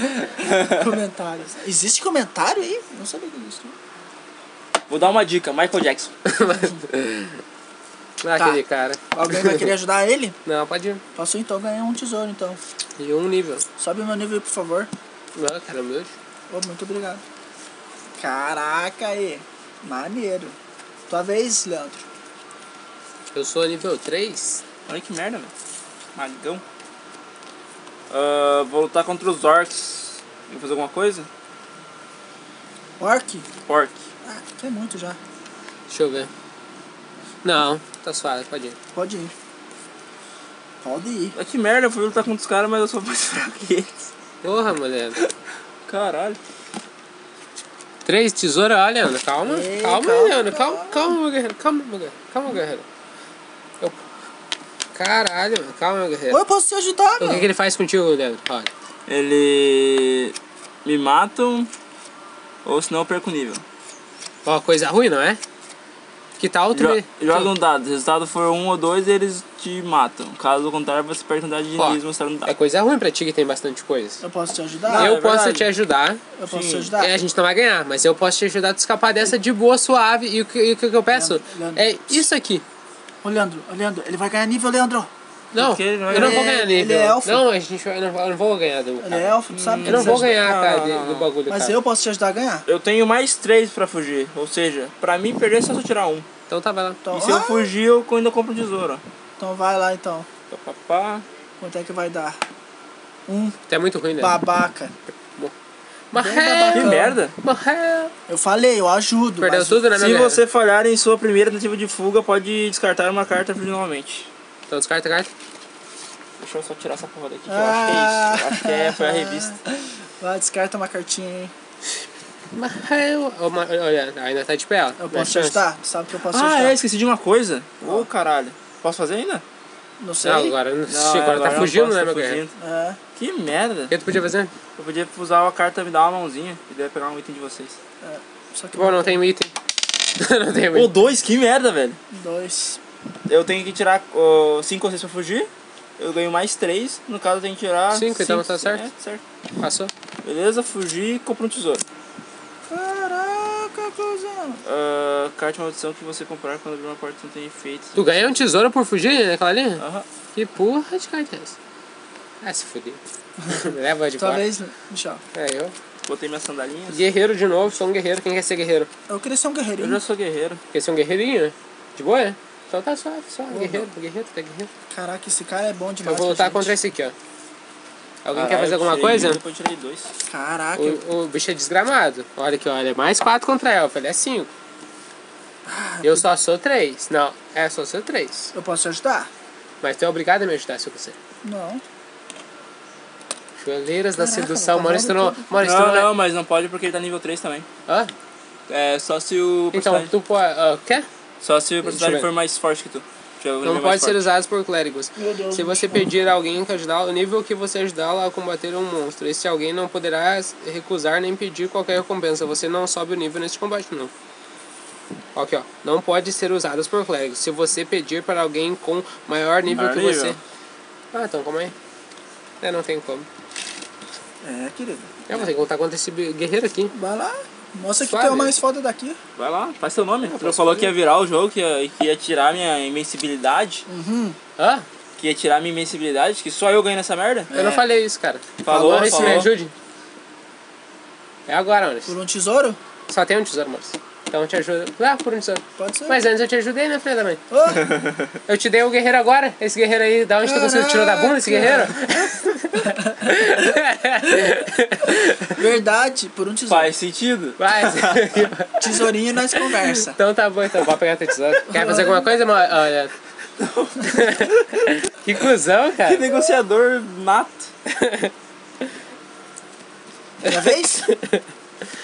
S1: Comentários. Existe comentário aí? Não sabia que existia.
S2: Vou dar uma dica, Michael Jackson.
S1: Tá.
S3: Ah, Aquele cara.
S1: Alguém vai querer ajudar ele?
S3: Não, pode ir.
S1: Posso então ganhar um tesouro, então.
S3: De um nível.
S1: Sobe o meu nível, por favor.
S3: Não, cara, meu Deus.
S1: Ô, muito obrigado. Caraca aí. Maneiro. Tua vez, Leandro.
S3: Eu sou nível 3.
S2: Olha que merda, velho. Magão. Ah, vou lutar contra os orcs. Vou fazer alguma coisa?
S1: Orc?
S2: Orc.
S1: Ah, tu é muito já.
S3: Deixa eu ver. Não, tá suave, pode ir.
S1: Pode ir. Pode ir.
S2: Olha que merda, eu fui lutar contra os caras, mas eu sou mais fraco que eles.
S3: Porra, mulher.
S2: Caralho.
S3: Três tesouras, ó, Leandro. Calma,
S1: Ei,
S3: calma,
S1: calma,
S3: Leandro. Calma, calma, meu guerreiro. Calma, meu guerreiro. Calma, guerreiro. Eu... Caralho, mano. Calma, meu
S1: Ou
S3: guerreiro.
S1: eu posso te ajudar,
S3: O que,
S1: meu.
S3: que ele faz contigo, Leandro? Olha.
S2: Ele. Me matam. Ou senão eu perco o nível.
S3: Ó, coisa ruim, não é? Que tal tu...
S2: Jo-
S3: me-
S2: Joga um dado. Se o resultado for um ou dois, eles te matam. Caso contrário, você perde a quantidade de
S3: Ó,
S2: níveis mostrando o
S3: É
S2: dado.
S3: coisa ruim pra ti que tem bastante coisa.
S1: Eu posso te ajudar?
S3: eu
S2: é
S3: posso
S2: verdade.
S3: te ajudar.
S1: Eu posso
S2: Sim.
S1: te ajudar?
S3: É, a gente não vai ganhar, mas eu posso te ajudar a tu escapar dessa de boa, suave. E o que, e o que eu peço?
S1: Leandro, Leandro.
S3: É isso aqui.
S1: Ô, Leandro, ô, Leandro, ele vai ganhar nível, Leandro.
S3: Não,
S2: Porque ele não vai
S3: eu não vou
S1: ganhar.
S3: ganhar
S1: Ele é-
S3: nível.
S1: ele é elfo.
S3: Não, a gente, eu, não, eu não vou ganhar do
S1: Ele
S3: cara.
S1: é elfo, tu sabe? que
S3: Hum, Eu
S1: precisa
S3: não vou
S1: ajudar.
S3: ganhar,
S2: Não,
S3: cara,
S2: não,
S3: de-
S2: não,
S3: do
S2: não.
S3: bagulho.
S1: Mas
S3: cara.
S1: eu posso te ajudar a ganhar.
S2: Eu tenho mais três pra fugir. Ou seja, pra mim perder é só se eu tirar um.
S3: Então tá, vai lá.
S1: Então,
S2: E se eu
S1: Ah,
S2: fugir, eu ainda compro um tesouro. ó.
S1: então vai lá, então.
S2: Pá, pá, pá.
S1: Quanto é que vai dar? Um
S3: Tu é muito ruim, né?
S1: babaca.
S3: Mas
S1: bem
S3: é-
S2: Que
S1: Então.
S2: merda!
S3: mas é-
S1: Eu falei, eu ajudo.
S3: Perdeu
S1: mas-
S3: tudo, né, meu
S2: Se
S3: guerreiro?
S2: você falhar em sua primeira tentativa de fuga, pode descartar uma carta e fugir novamente.
S3: Então descarta a carta.
S2: Deixa eu só tirar essa porra daqui, que
S1: Ah.
S2: eu acho que é isso. Eu acho que é, foi a revista.
S1: Vai, descarta uma cartinha, hein?
S3: Mas é- Ô, ma- Olha, ainda tá de pé, ó.
S1: Eu
S3: Dá
S1: posso te
S3: chance.
S1: ajudar? Tu sabe que eu posso te
S2: Ah,
S1: ajudar?
S2: é, esqueci de uma coisa. Ô, caralho. Posso fazer ainda?
S1: Não sei.
S3: Não, agora,
S2: Não,
S3: agora,
S2: eu
S3: tá
S2: não
S3: fugindo,
S2: posso,
S3: né,
S2: tá
S3: meu guerreiro?
S2: fugindo.
S1: É.
S2: Que merda.
S3: O que tu podia fazer?
S2: Eu podia usar a carta me dar uma mãozinha e daí eu pegar um item de vocês.
S1: Só que
S3: Bom, não tem item. não tem
S2: Ou
S3: item.
S2: dois, que merda, velho.
S1: dois.
S2: Eu tenho que tirar ó, cinco ou seis pra fugir. Eu ganho mais três. No caso, eu tenho que tirar.
S3: Cinco, então tá certo.
S2: É, certo.
S3: Passou.
S2: Beleza, fugir e compra um tesouro.
S1: Caraca, cuzão.
S2: Ah, carta de maldição que você comprar quando abrir uma porta não tem efeito.
S3: Tu ganha um tesouro por fugir naquela linha?
S2: Aham.
S3: Que porra de carta é essa? Ah, se fudeu. Leva de
S1: Tua
S3: fora.
S1: vez, Michel.
S3: É eu.
S2: Botei minhas sandalinhas.
S3: Guerreiro de novo, sou um guerreiro. Quem quer ser guerreiro?
S1: Eu queria ser um
S2: Eu
S1: guerreirinho.
S2: já sou guerreiro.
S3: Quer ser um guerreirinho? De boa, né? Só tá suave, só. Guerreiro, guerreiro, tá guerreiro.
S1: Caraca, esse cara é bom demais.
S3: Eu vou
S1: pra Uhum. gente.
S3: lutar
S1: Ah,
S3: contra esse aqui, ó. Alguém
S2: Caralho,
S3: quer fazer alguma
S2: tirei um,
S3: coisa?
S2: Depois tirei dois.
S1: Caraca, eu-
S3: O, o bicho é desgramado. Olha aqui, olha. Mais quatro contra elfo. Ele é cinco.
S1: Ah,
S3: Eu só sou três. Não, é só sou três.
S1: eu posso te ajudar?
S3: Mas tu é obrigado a me ajudar se eu quiser.
S1: Não.
S3: Joelheiras da
S1: Caraca,
S3: sedução.
S1: tá
S3: Maurício, tu não.
S1: maluco.
S3: Maurício, tu
S2: Não,
S3: não. é-
S2: não, mas não pode porque ele tá nível 3 também.
S3: Hã?
S2: É, só se o
S3: Então,
S2: personagem,
S3: tu pode. ah, quer?
S2: só se o
S3: Deixa eu
S2: personagem
S3: ver.
S2: for mais forte que tu. Deixa
S1: Então
S2: eu ver
S3: Não
S2: é mais
S3: pode Então ser
S2: forte.
S3: usados por clérigos.
S1: Meu Deus
S3: Se
S1: do
S3: você pedir a alguém que ajudá o nível que você ajudá-lo a combater um monstro, esse alguém não poderá recusar nem pedir qualquer recompensa. Você não sobe o nível neste combate, não. Aqui, ó. Não pode ser usados por clérigos. Se você pedir para alguém com maior nível
S2: Maior
S3: que
S2: nível.
S3: você. Ah, então calma aí. É, não tem como.
S1: É, querido.
S3: Eu vou ter que lutar contra esse bi- guerreiro aqui.
S1: Vai lá. Mostra que tu
S3: Suave.
S1: é o mais foda daqui.
S2: Vai lá, faz seu
S1: É,
S2: nome. Tu
S3: posso
S2: falou que ia virar o jogo, que ia, que ia tirar minha invencibilidade.
S1: Uhum.
S3: Hã?
S2: Que ia tirar minha invencibilidade, que só eu ganho nessa merda.
S3: Eu não
S1: É.
S3: falei isso, cara.
S2: Falou,
S3: Maurício, me
S2: falou.
S3: ajude. É agora, Maurício.
S1: Por um tesouro?
S3: Só tem um tesouro, Maurício. Então eu te ajudo. Lá, por um tesouro.
S1: Pode ser.
S3: Mas antes eu te ajudei, né, filha da mãe?
S1: Ô,
S3: Eu te dei o guerreiro agora. Esse guerreiro aí, da onde tu conseguiu? Tirou da bunda esse guerreiro?
S1: verdade, por um tesouro.
S2: Faz sentido.
S3: Vai.
S1: Tesourinho nós conversa.
S3: Então tá bom, então. Vou pegar teu tesouro. Quer fazer alguma coisa, Ma- Olha. que cuzão,
S2: Que
S3: cara.
S2: negociador nato.
S1: Minha É vez?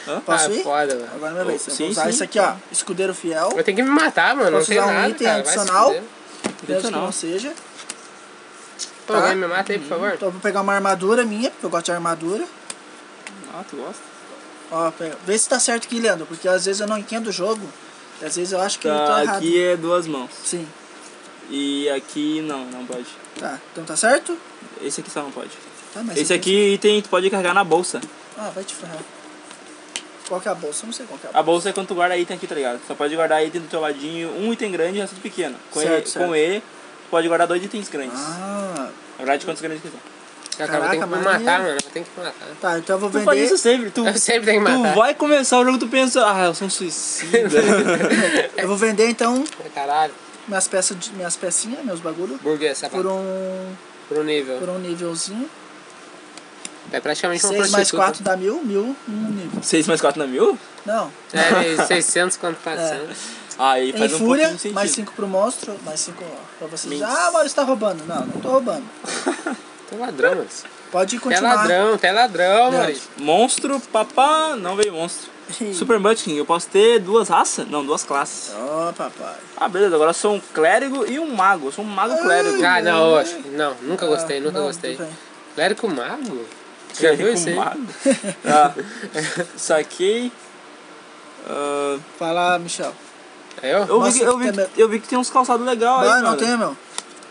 S2: Hã?
S1: Posso
S3: ah,
S1: ir?
S3: foda, mano.
S1: Agora é minha
S2: Oh,
S1: vez. Eu
S2: sim,
S1: vou usar
S2: sim.
S1: isso aqui, ó. Escudeiro fiel.
S3: Eu tenho que me matar, mano.
S1: Posso
S3: não
S1: usar
S3: tenho
S1: um
S3: nada,
S1: item
S3: cara. Vai se
S1: adicional?
S3: fuder.
S1: Mesmo que não seja.
S3: Pô,
S1: Tá.
S3: alguém me mata aí, por favor.
S1: Então eu vou pegar uma armadura minha, porque eu gosto de armadura.
S2: Ah, tu gosta?
S1: Ó, pega. vê se tá certo aqui, Leandro, porque às vezes eu não entendo o jogo. E às vezes eu acho que ele tá
S2: Tá,
S1: errado.
S2: aqui é duas mãos.
S1: Sim,
S2: E aqui não, não pode.
S1: tá. Então tá certo?
S2: Esse aqui só não pode.
S1: Tá, mas
S2: Esse
S1: eu
S2: aqui item tu pode carregar na bolsa.
S1: penso- Ah, vai te ferrar. Qual que é a bolsa? Eu não sei qual que é a bolsa.
S2: A bolsa é quando tu guarda item aqui, tá ligado? Só pode guardar item do teu ladinho, um item grande e o resto pequeno. Com,
S1: Certo,
S2: e,
S1: certo.
S2: com E, tu pode guardar dois itens grandes.
S1: Ah,
S2: Na verdade, quantos grandes quiser.
S3: Cara, eu tenho que me
S1: Caraca,
S3: matar,
S1: mano.
S3: mano. Eu tenho que me matar.
S1: tá. Então eu vou
S2: Tu faz
S1: vender.
S2: isso sempre. Tu,
S3: Eu sempre tenho que
S1: é.
S2: tu
S3: matar.
S2: vai começar o jogo, tu pensa, ah, eu sou um suicida.
S1: Eu vou vender então
S3: Caralho.
S1: minhas peças, de- minhas pecinhas, meus bagulho
S3: Burguês,
S1: por
S3: sapato.
S1: um
S3: Por um nível.
S1: por um nívelzinho.
S3: É
S2: Então
S3: praticamente uma
S1: 6 mais
S3: prostituta.
S1: 4 dá mil, mil, um nível.
S2: 6 mais 4 não é mil?
S1: Não.
S3: É, 600 quanto 400.
S2: Aí
S1: Em
S2: faz um
S1: fúria,
S2: pouquinho de
S1: mais
S2: sentido.
S1: 5 pro monstro, mais 5 pra vocês.
S2: Minx.
S1: Ah, Mauro, você tá roubando. Não, não tô roubando.
S3: Tu é ladrão, mano.
S1: Pode
S3: Tu é
S1: continuar.
S3: ladrão, tu é ladrão,
S1: Não.
S3: Maurício.
S2: Monstro, papá, não veio monstro. Super Butkin, eu posso ter duas raças? Não, duas classes.
S1: Ó, papai.
S2: Ah, beleza, agora eu sou um clérigo e um mago. Eu sou um mago clérigo.
S3: Ah, não, eu acho. Não, nunca gostei,
S1: Ah,
S3: nunca
S1: não,
S3: gostei.
S1: tudo bem.
S3: Clérigo mago? Tu Já
S2: Clérigo
S3: viu isso aí?
S2: mago. Ah, saquei. Ah,
S1: Fala, Michel.
S3: É eu?
S2: eu, vi,
S1: Nossa,
S2: que- eu, vi,
S1: tem
S2: que- eu vi que tem uns calçados legais aí,
S1: Vai, não
S2: mano.
S1: tem, meu.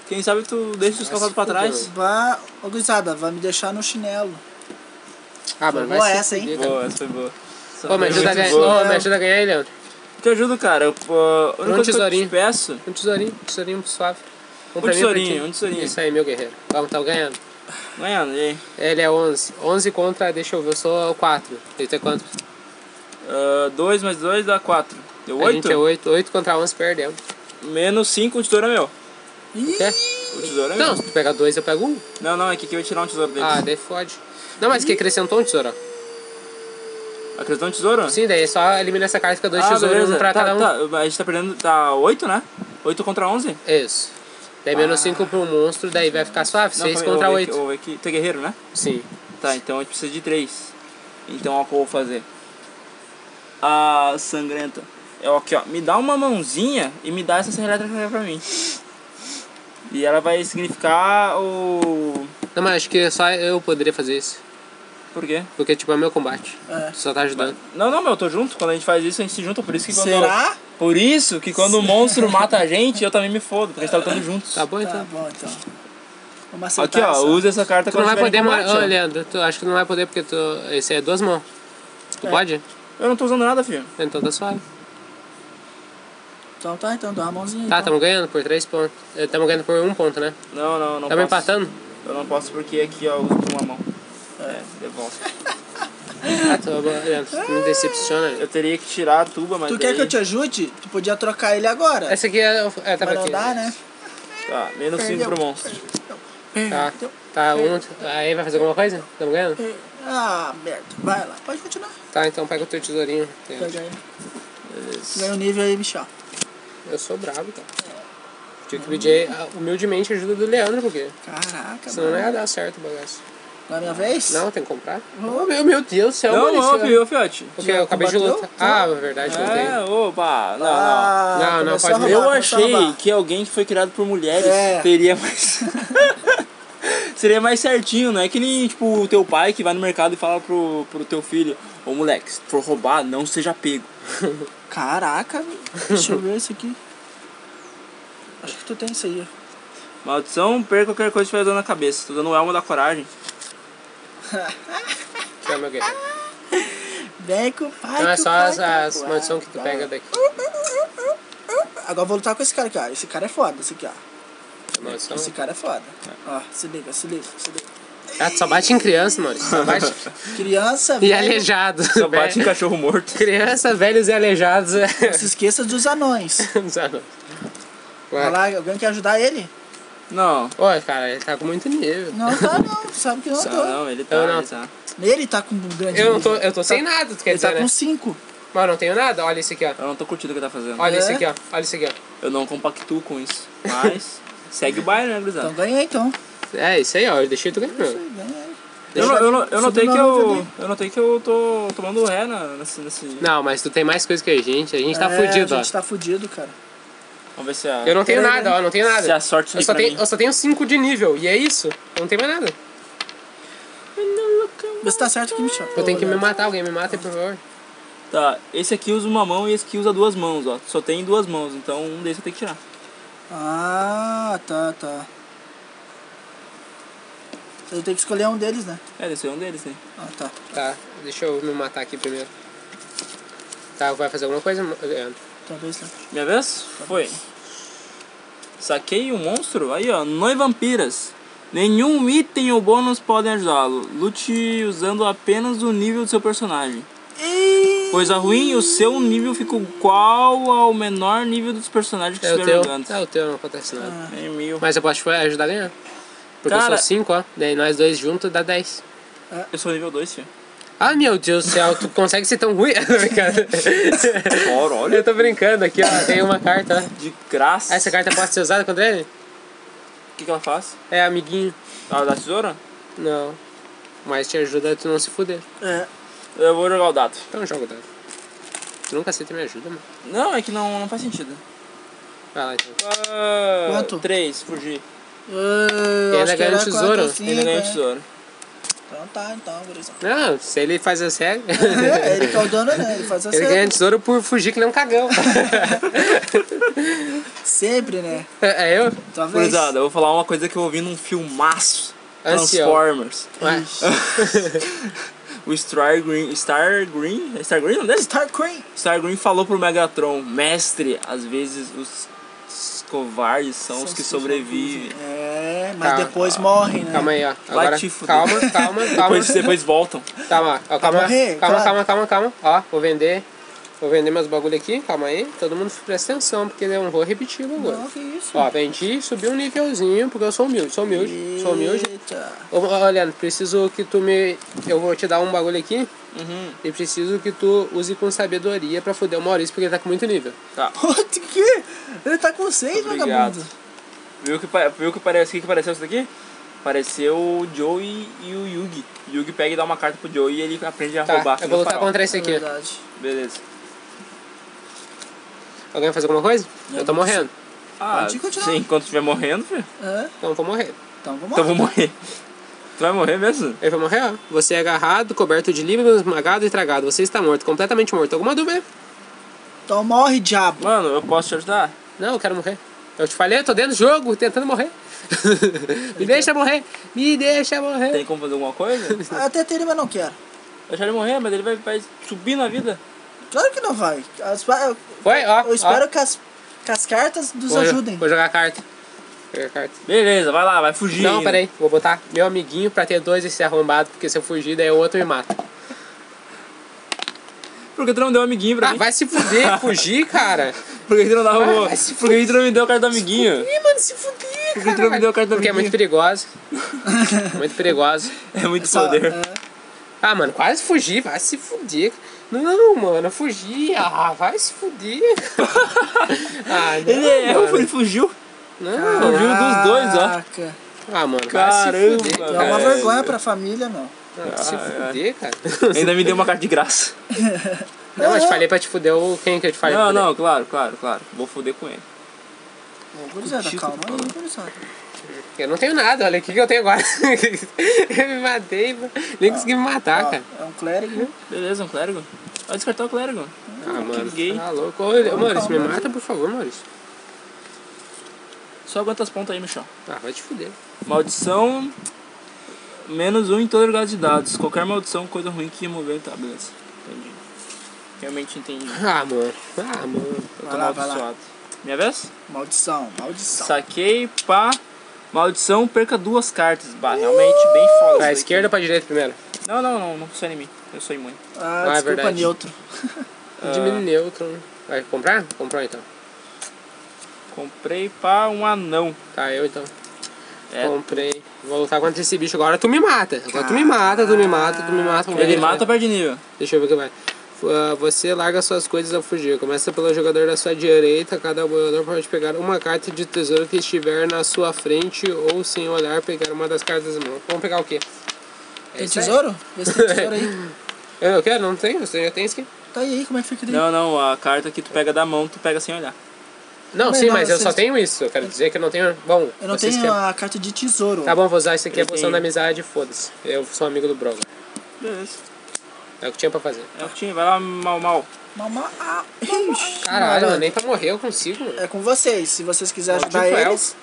S2: Quem sabe tu deixa os calçados pra trás.
S3: fudeu.
S1: Vá, ô gurizada, vai me deixar no chinelo.
S3: Ah, mano,
S1: Boa
S3: vai ser.
S1: essa, hein? Tá
S2: Boa, essa foi boa. Essa
S3: Pô, tá me
S2: foi
S3: ajuda, a
S2: muito
S3: ganhar.
S2: boa.
S3: Ô, me ajuda a ganhar aí, Leandro.
S2: Te ajudo, cara. Eu, pô, a única
S3: Um
S2: coisa que eu te
S3: tesourinho.
S2: peço...
S3: Um tesourinho, um tesourinho suave. Um, pra mim,
S2: tesourinho,
S3: pra ti.
S2: um tesourinho.
S3: Isso aí, meu guerreiro. Vamos, tá ganhando.
S2: Ganhando, e aí?
S3: Ele é 11. 11 contra, deixa eu ver, eu sou 4. Ele tem quanto?
S2: 2 Ah, mais 2 dá 4. Deu
S3: A gente é
S2: 8?
S3: 8. 8 contra 11, perdeu.
S2: Menos 5, o tesouro é meu.
S1: Ih,
S3: Quer?
S2: O tesouro é
S3: Não,
S2: meu.
S3: se tu pegar 2, eu pego 1. Um.
S2: Não, não, é que aqui eu ia tirar um tesouro deles.
S3: Ah, daí fode. Não, mas que acrescentou um tesouro. ó.
S2: Acreditou um tesouro?
S3: Sim, daí é só elimina essa carta, fica dois
S2: ah,
S3: tesouros, um pra
S2: tá,
S3: cada um.
S2: Tá, a gente tá perdendo... Tá 8, né? 8 contra 11? Não,
S3: Isso. Daí menos 5 pro monstro, daí vai ficar suave.
S2: calma
S3: 6
S2: aí,
S3: contra
S2: eu vou ver aqui-
S3: 8.
S2: eu vou ver aqui. Tu é guerreiro, né?
S3: Sim.
S2: Tá, então a gente precisa de três. Então, ó, o que eu vou fazer? A sangrenta. É ó, aqui, ó. Me dá uma mãozinha e me dá essa serra elétrica pra mim. E ela vai significar o.
S3: Não, mas acho que é só eu poderia fazer isso.
S2: Por quê?
S3: Porque, tipo, é meu combate.
S1: É.
S3: Só tá ajudando.
S2: Não, não, meu, eu tô junto. Quando a gente faz isso, a gente se junta. Por isso que quando.
S1: será?
S2: Por isso que quando o monstro mata a gente, eu também me fodo, porque a gente tá lutando juntos.
S3: Tá bom,
S1: Tá
S3: então?
S1: bom, então. Vamos
S2: Aqui,
S1: acertar
S2: ó,
S1: essa.
S2: usa essa carta
S3: Tu não
S2: quando
S3: vai
S2: tiver
S3: poder...
S2: em
S3: Mar...
S2: combate, é.
S3: Ô,
S2: ó.
S3: Leandro, tu, acho que tu não vai poder porque tu... Esse aí é duas mãos. Tu
S1: É.
S3: pode?
S2: Eu não tô usando nada, filho.
S3: Então tá suave.
S1: Então tá, então dá uma mãozinha.
S3: Tá,
S1: então.
S3: tamo ganhando por 3 pontos. Eh, Tamo ganhando por 1 um ponto, né?
S2: Não, não, não
S3: Tamo
S2: posso.
S3: empatando?
S2: Eu não posso porque aqui, ó, eu uso com uma mão. É, devolve.
S3: Ah, tu é me decepciona.
S2: Eu teria que tirar a tuba, mas.
S1: Tu quer
S2: daí-
S1: que eu te ajude? Tu podia trocar ele agora.
S3: Essa aqui é. É, tá
S1: Mas
S3: pra
S1: não
S3: aqui.
S1: dá, né?
S2: Tá, menos 5 pro monstro.
S3: Tá.
S1: Então,
S3: Tá, um. Aí vai fazer alguma coisa? Tamo ganhando?
S1: Ah, merda. Vai lá. Pode continuar.
S3: Tá, então pega o teu tesourinho.
S1: Pega aí.
S2: Beleza.
S1: Ganha o nível aí, Michel.
S3: Eu sou brabo, cara. Tinha que pedir ah, humildemente a ajuda do Leandro, porque
S1: Caraca,
S3: senão não
S1: mano.
S3: ia dar certo o bagaço.
S1: Na minha vez?
S3: Não, tem que comprar? Ô, meu, meu Deus do céu,
S2: Não,
S3: Maurício.
S2: não, viu, fiote?
S3: Porque eu acabei de
S1: Combateu?
S3: lutar. Ah, é verdade, lutei.
S2: É, opa, não, não.
S1: Ah,
S3: Não, não,
S1: começou
S3: pode
S1: a roubar,
S3: ver.
S2: Eu
S1: começou a
S2: achei
S1: roubar.
S2: que alguém que foi criado por mulheres
S1: É.
S2: teria mais. Seria mais certinho, não é que nem tipo o teu pai que vai no mercado e fala pro, pro teu filho, ô moleque, se tu for roubar, não seja pego.
S1: Caraca, velho. deixa eu ver isso aqui. Acho que tu tem isso aí.
S2: Maldição, perca qualquer coisa que tiver dando na cabeça. Tô dando o elmo da coragem.
S3: Que é o meu guerreiro.
S1: Vem com o pai.
S3: Não, é
S1: que o
S3: só
S1: pai
S3: as,
S1: tá
S3: as
S1: com
S3: maldições que tu pega daqui.
S1: Agora eu vou lutar com esse cara aqui, ó. Esse cara é foda, esse aqui, ó.
S3: Maldição.
S1: Esse cara é foda. Ó, se liga, se liga, se liga.
S3: Ah, tu só bate em criança, Maurício. Só bate...
S1: Criança,
S3: E é
S1: velho,
S3: aleijado.
S2: Só bate em cachorro morto.
S3: Criança, velhos e aleijados. É.
S1: não se esqueça dos anões. Vai
S3: Olha,
S1: lá, alguém quer ajudar ele?
S2: Não.
S3: cara, ele tá com muito nível.
S1: Não tá, não. Tu sabe que não
S2: Não,
S1: tô.
S2: não, ele tá,
S3: Eu não.
S2: ele tá.
S1: Ele tá com um grande.
S3: Eu não tô,
S1: nível.
S3: eu tô sem
S1: Tá-
S3: nada, tu quer
S1: Ele
S3: dizer,
S1: tá
S3: né?
S1: com 5.
S3: Mas não tenho nada. Olha esse aqui, ó.
S2: Eu não tô curtindo o que tá fazendo.
S3: Olha
S1: É.
S3: esse aqui, ó. Olha esse aqui, ó.
S2: Eu não compactuo com isso. Mas segue o baile, né, gurizada?
S1: Então ganhei, então.
S3: É, isso aí, ó. Eu deixei tu ganhando.
S1: Ganhei.
S2: Eu, não- eu, não- eu
S1: Subiu
S2: notei
S1: na
S2: que
S1: nuvem
S2: eu,
S1: ali.
S2: eu notei que eu tô tomando ré na, nesse, nesse...
S3: Não, mas tu tem mais coisa que a gente. A gente tá
S1: É,
S3: fudido,
S1: A
S3: ó.
S1: gente tá fudido, cara.
S2: Vamos ver se a,
S3: Eu não tenho
S1: Peraí,
S3: nada, ó. Não tenho
S2: se a
S3: nada.
S2: sorte
S3: Eu
S2: subir
S3: só,
S2: pra
S3: tenho,
S2: mim.
S3: eu só tenho 5 de nível. E é isso. Eu não tenho mais nada.
S1: Você tá certo aqui, Michel.
S3: Eu tenho que me
S1: Olha.
S3: matar. Alguém me mata, aí, por favor.
S2: Tá, esse aqui usa uma mão e esse aqui usa duas mãos, ó. Só tem duas mãos, então um desses eu tenho que tirar.
S1: Ah, tá, tá. Eu tenho que escolher um deles, né?
S2: É, desse é um deles, né?
S1: Ah, tá.
S3: Tá, deixa eu me matar aqui primeiro. Tá, vai fazer alguma coisa, É, Leandro?
S1: Talvez não.
S2: Minha vez? Foi. Saquei o monstro? Aí, ó. Noi vampiras. Nenhum item ou bônus podem ajudá-lo. Lute usando apenas o nível do seu personagem. Coisa ruim, o seu nível fica igual ao menor nível dos personagens que
S3: É o
S2: estiver
S3: teu.
S2: jogando.
S3: É o teu, não acontece nada.
S1: Ah.
S2: Em mil.
S3: Mas eu posso te ajudar a ganhar. Porque eu
S2: Cara-
S3: sou 5, ó. Daí nós dois juntos dá 10.
S2: Eu sou nível 2, filho.
S3: Ah, meu Deus do céu, tu consegue ser tão ruim? Cara,
S2: Ora,
S3: eu tô brincando aqui, ó. Tem uma carta. ó.
S2: De graça.
S3: Ah, Essa carta pode ser usada contra ele?
S2: O que, que ela faz?
S3: É amiguinho.
S2: Ela dá tesoura?
S3: Não. Mas te ajuda a tu não se fuder.
S1: É.
S2: Eu vou jogar o dado.
S3: Então joga o dado. Tu nunca aceita me ajuda, mano.
S2: Não, é que não, não faz sentido.
S3: Vai lá, então.
S2: Ah,
S1: Quanto?
S2: Três, fugir.
S1: Eu
S3: ainda
S1: acho que
S3: ganhou
S1: era
S3: um tesouro?
S1: quatro, cinco,
S2: Ele ganhou
S1: né?
S2: tesouro.
S1: Então tá, então, gurizão.
S3: Não, se ele faz a série.
S1: É, ele que é o dono, né? Ele faz assim.
S3: Ele ganha tesouro por fugir que ele é um cagão.
S1: Sempre, né?
S3: é eu?
S1: Talvez.
S2: Curizada, eu vou falar uma coisa que eu ouvi num filmaço.
S3: Ancião.
S2: Transformers.
S3: Ué,
S2: O Star Green. Star Green? É Star Green não desse?
S1: Star Queen.
S2: Star Green falou pro Megatron, mestre, às vezes os, os covardes são, os que sobrevivem.
S1: É, mas
S3: Tá.
S1: depois morrem, né?
S3: calma aí, ó. Agora,
S2: te fuder.
S3: calma, calma, calma.
S1: é,
S2: Depois, Ah, depois voltam.
S3: Calma, ó, calma,
S1: morrer,
S3: calma,
S1: claro.
S3: calma, calma, calma. Ó, vou vender. Vou vender meus bagulho aqui, calma aí. Todo mundo presta atenção, porque eu não vou repetir o
S1: Não,
S3: bagulho.
S1: que isso.
S3: Ó, vendi, subi um nívelzinho, porque eu sou humilde, sou humilde, sou humilde.
S1: Eita.
S3: Ô, ô, Leandro, preciso que tu me. Eu vou te dar um bagulho aqui
S2: Uhum.
S3: e preciso que tu use com sabedoria pra foder o Maurício, porque ele tá com muito nível.
S2: Tá.
S1: Puta que? Ele tá com seis,
S2: Obrigado.
S1: vagabundo.
S2: Viu que, pa- viu que, parece, que que pareceu isso daqui? Pareceu o Joey e o Yugi. Yugi pega e dá uma carta pro Joey e ele aprende a
S3: Tá,
S2: roubar.
S3: eu vou lutar
S2: Farol.
S3: contra esse
S1: É
S3: aqui.
S1: verdade.
S2: Beleza.
S3: Alguém vai fazer alguma coisa? eu tô morrendo.
S2: Ah,
S1: Pode continuar.
S2: sim, enquanto estiver morrendo, filho.
S1: Hã?
S3: Então eu vou morrer.
S1: Então vamos
S2: Então eu
S1: lá.
S2: vou morrer. Tu vai morrer mesmo?
S3: Ele vai morrer, ó. Você é agarrado, coberto de língua, esmagado e tragado. Você está morto, completamente morto. Alguma dúvida?
S1: Então morre, diabo.
S2: Mano, eu posso te ajudar?
S3: Não, eu quero morrer. Eu te falei, eu tô dentro do jogo, tentando morrer. Me deixa morrer, me deixa morrer.
S2: Tem como fazer alguma coisa?
S1: Ah, Até teria, mas não quero.
S2: Deixar ele morrer, mas ele vai, vai subir na vida.
S1: Claro que não vai. As- eu-
S3: Foi, ó.
S1: Eu espero
S3: ó.
S1: que, as, que as cartas nos
S3: Vou-
S1: ajudem.
S3: Vou jogar a carta. Vou jogar a carta.
S2: Beleza, vai lá, vai fugir.
S3: Não,
S2: ainda.
S3: peraí, vou botar meu amiguinho pra ter dois esse arrombado, porque se eu fugir, daí o outro me mata.
S2: Por que tu não deu um amiguinho pra
S3: Ah,
S2: mim?
S3: vai se fuder, fugir, cara.
S2: Por que tu não dava
S3: Vai,
S2: boa?
S3: vai se
S2: Por que tu não me deu a carta do amiguinho?
S1: Ih, mano, se fuder,
S2: Por que tu não me deu a carta do
S3: Porque é muito
S2: amiguinho?
S3: perigosa. muito perigosa.
S2: É muito
S1: Só-
S2: poder.
S1: é.
S3: Ah, mano, quase fugi, vai se fuder. Não, mano, fugi. Ah, vai se fuder. ah, não,
S2: Ele é, errou,
S3: mano.
S2: ele fugiu.
S3: Não.
S2: Fugiu dos dois, ó.
S1: Ah, Caraca.
S3: Ah, mano,
S2: Caramba,
S3: vai se fuder.
S1: É uma
S2: É.
S1: vergonha pra família, não.
S3: Ah, vai se
S2: Ah, é.
S3: fuder, cara.
S2: Ainda me deu uma carta de graça.
S3: Não, mas te falei pra te fuder o quem que eu te falei.
S2: Não,
S3: pra
S2: não, claro, claro, claro. Vou foder com ele.
S1: Ô, gurizada,
S2: Contigo,
S1: calma aí,
S2: falando.
S1: gurizada.
S3: fuder. Eu não tenho nada, olha, o que, que eu tenho agora? eu me matei, mano. nem consegui me matar,
S1: Ó,
S3: cara.
S1: É um clérigo.
S2: Beleza, um clérigo. Vai descartar o clérigo.
S3: Ah, mano,
S2: gay.
S3: tá louco. Ô, Maurício, me
S1: calma.
S3: mata, por favor, Maurício.
S2: Só aguenta as pontas aí, Michel.
S3: Ah, vai te fuder.
S2: Maldição. Menos um em todo lugar de dados. Qualquer maldição, coisa ruim que remover. Tá, beleza. Entendi. Realmente entendi.
S3: Ah, mano. Ah, mano.
S2: Eu tô
S1: Vai lá, vai lá. Tá.
S2: amaldiçoado. Minha vez?
S1: Maldição, maldição.
S2: Saquei, pá. Maldição, perca duas cartas. Bah, realmente bem foda.
S3: Pra
S2: isso daqui.
S3: esquerda ou pra direita primeiro?
S2: Não, não, não, não funciona em mim. Eu sou imune.
S1: Ah,
S3: Ah, é
S1: desculpa,
S3: verdade.
S1: neutro.
S3: Diminui neutro. Vai comprar? Comprou então.
S2: Comprei pá um anão.
S3: Tá, eu então.
S2: É.
S3: Comprei. Vou lutar contra esse bicho agora. Tu me mata. Agora tu me mata, tu me mata, tu me mata. Vamos ver
S2: Ele
S3: o que
S2: mata ou
S3: vai.
S2: perde nível?
S3: Deixa eu ver o que vai. Fu- ah, Você larga suas coisas a fugir. Começa pelo jogador da sua direita. Cada boiador pode pegar uma carta de tesouro que estiver na sua frente ou, sem olhar, pegar uma das cartas da mão. Vamos pegar o quê? É
S1: Tem
S3: isso aí.
S1: tesouro? Vê se tem tesouro aí.
S3: Eu não quero, não tenho. Você já tem isso aqui?
S1: Tá aí, como é que fica daí?
S2: Não, não, a carta que tu pega da mão, tu pega sem olhar.
S3: Não,
S1: Mas
S3: sim,
S1: não,
S3: mas eu só
S1: vocês-
S3: tenho isso. Eu quero dizer que eu não tenho. Bom,
S1: Eu não
S3: vocês
S1: tenho
S3: querem-
S1: a carta de tesouro.
S3: Tá bom, vou usar isso aqui, é
S2: Eu
S3: poção
S2: tenho.
S3: da amizade, foda-se. Eu sou amigo do Broga.
S2: Beleza.
S3: É o que tinha pra fazer.
S2: É o que tinha, vai lá, mal, mal.
S1: Mamá. Ah, ixi,
S3: Caralho,
S1: mano.
S3: nem pra morrer eu consigo. mano.
S1: É com vocês. Se vocês quiserem
S3: Maldito
S1: ajudar
S3: elfo.
S1: eles.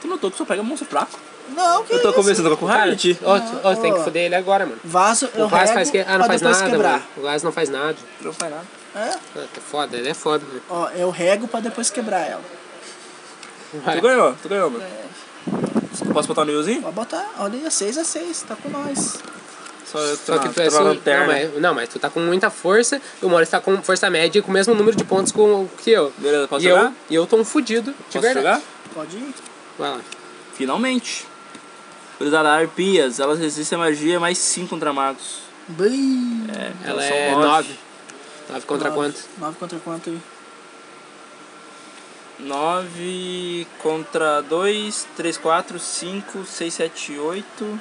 S2: Tu notou que só pega monstro fraco?
S1: Não, que
S2: Eu tô
S1: isso?
S2: começando com raiva de ti.
S3: Ô, tu- ô, tu tem que
S1: ô.
S3: foder ele agora, mano.
S1: Vaso, eu
S3: O Vaz
S1: rego
S3: faz que. Ah,
S1: pra
S3: não faz
S1: Então depois
S3: nada,
S1: quebrar.
S3: mano. O Vaz não faz nada.
S2: Não faz nada.
S1: É?
S3: Ah, Tá foda, ele é foda, mano.
S1: Ó, eu rego pra depois quebrar ela.
S3: Vai.
S2: Tu ganhou, tu ganhou, mano. Posso botar o nívelzinho?
S1: Pode botar. Olha aí, 6x6. Tá com nós.
S2: Só eu
S3: Só que tu é
S2: só
S3: só.
S2: na
S3: Não
S2: lanterna.
S3: mas, não, mas tu tá com muita força, e o Maurício tá com força média e com o mesmo número de pontos com, que eu.
S2: Beleza, posso
S3: e
S2: jogar?
S3: eu, e eu tô um fudido, de
S2: Posso
S3: verdade.
S2: jogar?
S1: Pode ir.
S3: Vai lá.
S2: Finalmente. Cruzada arpias, elas resistem a magia mais 5 contra magos.
S1: Bem.
S2: É, elas
S3: Ela
S2: são
S3: é
S2: nove.
S3: 9. 9 contra
S1: Nove.
S3: quanto?
S1: Nove contra quanto aí?
S2: 9 contra 2, 3, 4, 5, 6, 7, 8.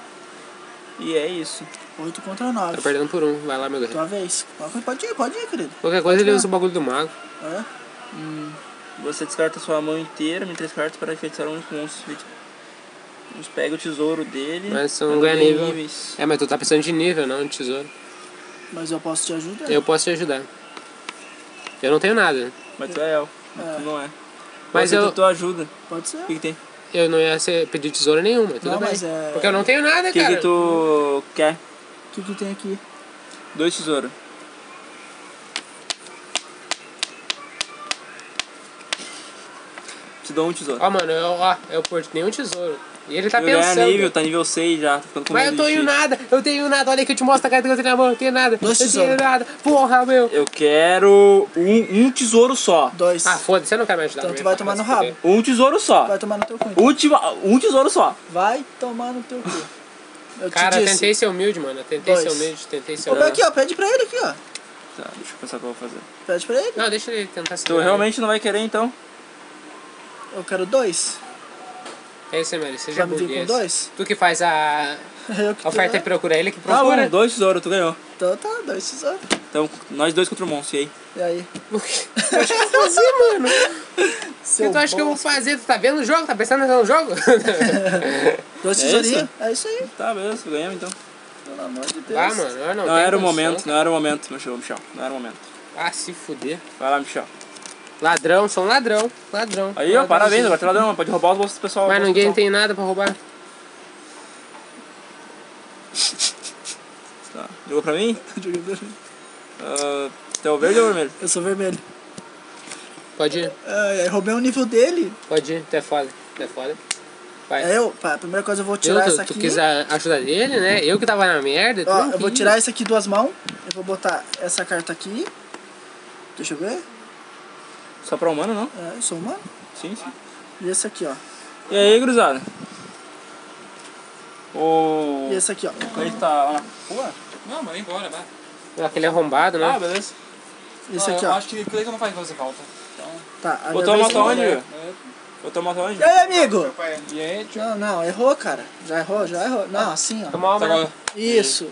S2: E é isso.
S1: 8 contra 9.
S3: Tá perdendo por um. Vai lá, meu guerreiro.
S1: Tua vez. Pode ir, pode ir, querido.
S3: Qualquer coisa ele
S1: Tá.
S3: usa o bagulho do mago.
S1: É.
S2: Você descarta sua mão inteira, me três cartas para enfeitiçar um único monstro. Nos pega o tesouro dele.
S3: Mas você não
S2: quando
S3: ganha
S2: ganha
S3: nível.
S2: níveis.
S3: É, mas tu tá precisando de nível, não de tesouro.
S1: Mas eu posso te ajudar.
S3: Eu posso te ajudar. Eu não tenho nada.
S2: Mas tu é El. Mas
S1: É.
S2: tu não é.
S3: Mas
S2: Mas eu...
S3: eu,
S2: tu ajuda.
S1: Pode ser.
S2: O que, que tem?
S3: eu não ia ser- pedir tesouro nenhuma, tudo
S1: Não,
S3: bem.
S1: mas é-
S3: Porque eu não tenho nada,
S2: O que,
S3: cara.
S2: que tu quer?
S1: O que, que tem aqui?
S2: Dois tesouros. Te dou um tesouro.
S3: Ó, mano, eu, ó, eu porto nenhum tesouro. E ele tá
S2: Ele ganha
S3: pensando.
S2: nível, tá nível 6 já. Tá ficando com
S3: Mas
S2: medo
S3: eu tenho
S2: de ti.
S3: nada, eu tenho nada. Olha que eu te mostro a carta que eu tenho na mão, eu tenho nada.
S1: Dois
S3: eu tenho
S1: tesouros.
S3: nada. Porra, meu.
S2: Eu quero um, um tesouro só.
S1: Dois.
S3: Ah, foda-se, você não quer me ajudar.
S1: Então tu
S3: meu.
S1: vai tomar no
S3: se fuder.
S1: rabo.
S2: Um tesouro só.
S1: Vai tomar no teu
S3: Uh.
S1: cu.
S2: Última, um tesouro só.
S1: Vai tomar no teu cu. Eu
S3: Cara,
S1: te
S3: eu
S1: disse.
S3: tentei ser humilde, mano. Eu tentei
S1: Dois. é
S3: ser humilde, tentei ser
S1: Ô,
S3: humilde.
S1: aqui, ó. Pede pra ele aqui, ó.
S2: Tá, deixa eu pensar o que eu vou fazer.
S1: Pede pra ele.
S3: Não, deixa ele tentar ser
S2: Tu
S3: humilde.
S2: realmente não vai querer então?
S1: Eu quero dois.
S3: É isso aí, mano. Seja
S1: Vai me vir com
S3: burguês.
S1: dois?
S3: Tu que faz a
S1: Eu que
S3: a oferta é e
S1: é
S3: procura, ele que
S2: Tá
S3: procura.
S2: bom, dois tesouros, tu ganhou.
S1: Então tá, dois tesouros.
S2: Então, nós dois contra o monstro, e aí?
S1: E aí?
S3: O que tu acha que eu vou fazer, mano? O
S1: Seu
S3: que tu acha que eu vou
S1: bosta.
S3: fazer? Tu tá vendo o jogo? Tá pensando no jogo?
S1: Dois
S2: É
S1: tesourinhos? É isso aí.
S2: Tá, beleza, ganhamos então.
S1: Pelo amor de Deus.
S3: ah, mano, eu não
S2: Não
S3: tenho
S2: era o
S3: condição.
S2: momento, não era o momento, meu chegou, Michel. Não era o momento.
S3: Ah, se fuder.
S2: Vai lá, Michel.
S3: Ladrão, sou um ladrão. Ladrão.
S2: Aí, ó,
S3: Ladrão.
S2: parabéns, agora tem ladrão, pode roubar os bolsos do pessoal.
S3: Mas
S2: bolsos do
S3: ninguém
S2: pessoal.
S3: tem nada pra roubar.
S2: Tá. Jogou pra mim?
S1: Jogador.
S2: Ah, teu verde ou vermelho?
S1: Eu sou vermelho.
S3: Pode ir,
S1: Ai, ai, roubei o nível dele.
S3: pode ir. Tu é foda. Tu é foda. Vai.
S1: É eu. Pá, a primeira coisa eu vou
S3: Viu?
S1: tirar
S3: tu,
S1: essa
S3: tu
S1: aqui.
S3: quis a ajuda dele, né? Eu que tava na merda. tu
S1: Ó,
S3: não
S1: eu vou
S3: quis.
S1: tirar isso aqui duas mãos. Eu vou botar essa carta aqui. Deixa eu ver.
S2: Só pra humano, não?
S1: É, eu sou humano.
S2: Sim, sim.
S1: E esse aqui, ó.
S2: E aí, gurizada? O...
S1: E esse aqui, ó.
S2: Cleiton tá lá na rua?
S4: Não, manda embora, vai.
S3: Aquele arrombado, né?
S4: Ah, beleza.
S1: E esse
S4: Ah,
S1: aqui,
S4: eu
S1: ó.
S4: acho que Cleiton não faz você falta. Então,
S1: Tá, a minha
S2: Botou a
S1: vez
S2: moto
S1: agora.
S2: onde, viu?
S4: é,
S2: Botou a moto onde?
S1: E aí, amigo?
S4: e aí, tio?
S1: Não, não, errou, cara. Já errou, já errou. Não, assim, ó.
S3: Toma uma.
S4: Agora,
S1: Isso.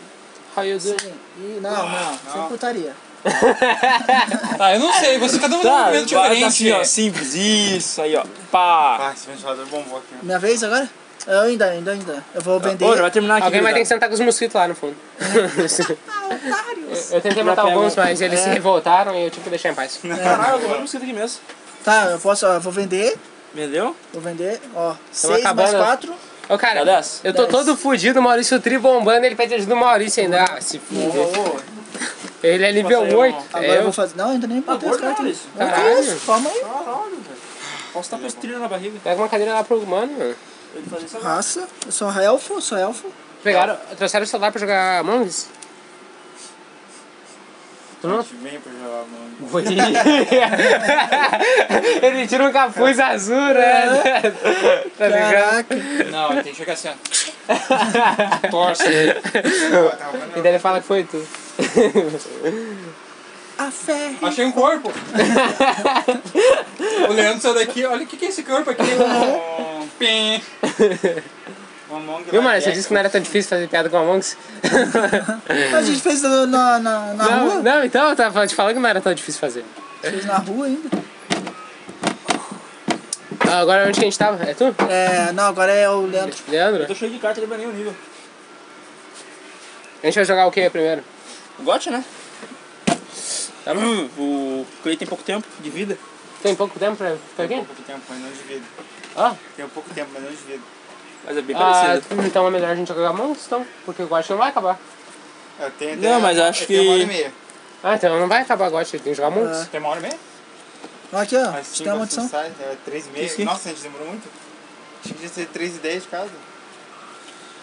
S3: How you doing?
S1: E, não, não, sem putaria.
S4: tá, eu não sei, você cada um tem um
S2: Tá,
S4: movimento
S2: vai, tá
S4: diferente.
S2: assim, ó, simples, isso aí, ó, pá.
S5: Ah, esse ventilador bombou aqui.
S1: Minha vez agora? Eu ainda, ainda, ainda. Eu vou
S4: Tá,
S1: vender.
S2: Ô, já vai terminar aqui,
S3: Alguém vai ter que
S2: gurizada.
S3: sentar com os mosquitos lá no fundo. eu, eu tentei matar
S2: pega.
S3: alguns, mas eles se revoltaram e eu tive que deixar em paz.
S2: Caralho, agora eu mosquito aqui é mesmo.
S1: Tá, eu posso, ó, vou vender.
S2: Vendeu?
S1: Vou vender, ó. 6 mais
S3: acabando.
S1: 4.
S3: Ô, cara,
S2: Dá dez?
S3: eu tô
S1: Dez.
S3: todo fudido, o Maurício Tri bombando, ele pede ajuda do Maurício ainda. Ah, se fuder. Ele é nível
S2: Passa aí,
S3: 8.
S1: Agora
S3: É,
S1: eu
S3: eu...
S1: vou fazer. Não, ainda nem
S4: Tá,
S1: botei as
S2: gordo,
S1: cartas.
S2: Maurício.
S1: Não,
S3: Caralho.
S1: que é isso? Calma aí.
S5: Caralho, velho.
S2: Posso estar com estrela na barriga.
S3: Pega uma cadeira lá pro humano, mano.
S2: Ele faz isso agora.
S1: Raça. Eu sou um elfo, sou elfo.
S3: Pegaram, trouxeram o celular pra jogar Among Us? Tu não?
S5: Vem pra jogar, mano.
S3: Foi. ele tira um capuz azul, né? tá ligado?
S1: Caraca.
S4: Não, ele tem que chegar assim, ó.
S3: E daí ele fala que foi tu.
S1: A fé.
S4: Achei um corpo. o Leandro saiu daqui, olha, o que, que é esse corpo aqui?
S2: Um
S4: Pim.
S3: Viu, mano? Você disse que não era tão difícil fazer piada com Among Us?
S1: A gente fez na, na, na, na
S3: Não,
S1: rua.
S3: não, então eu tava te falando que não era tão difícil fazer.
S1: Fez na rua ainda.
S3: Ah, agora onde que a gente tava? É tu?
S1: É, não, agora é o Leandro.
S2: Eu tô
S3: Leandro?
S2: cheio de carta, ele vai nem o nível.
S3: A gente vai jogar o que primeiro?
S2: O Gotti, né? Tá bom. O Cleiton tem pouco tempo de vida.
S3: Tem pouco tempo pra ficar
S5: Tem
S3: aqui?
S5: pouco tempo, mas não divido.
S3: Ah,
S5: Tem pouco tempo, mas não divido.
S2: Mas é bem
S3: ah
S2: parecido.
S3: então é melhor a gente jogar Among Us, então. Porque o Gotti não vai acabar.
S5: Eu tenho
S2: Não, mas acho
S5: eu Tem uma hora e
S2: que-
S5: meia.
S3: Ah, então não vai acabar o Gotti, tem que jogar Among Us.
S4: Tem uma hora e meia?
S1: Ó, Aqui, ó. A gente
S5: Mas cinco
S1: Ah, tem uma maldição.
S5: sai, é três e meia.
S2: Isso aqui.
S5: Nossa, a gente demorou muito. Acho que ia ser três e dez de casa.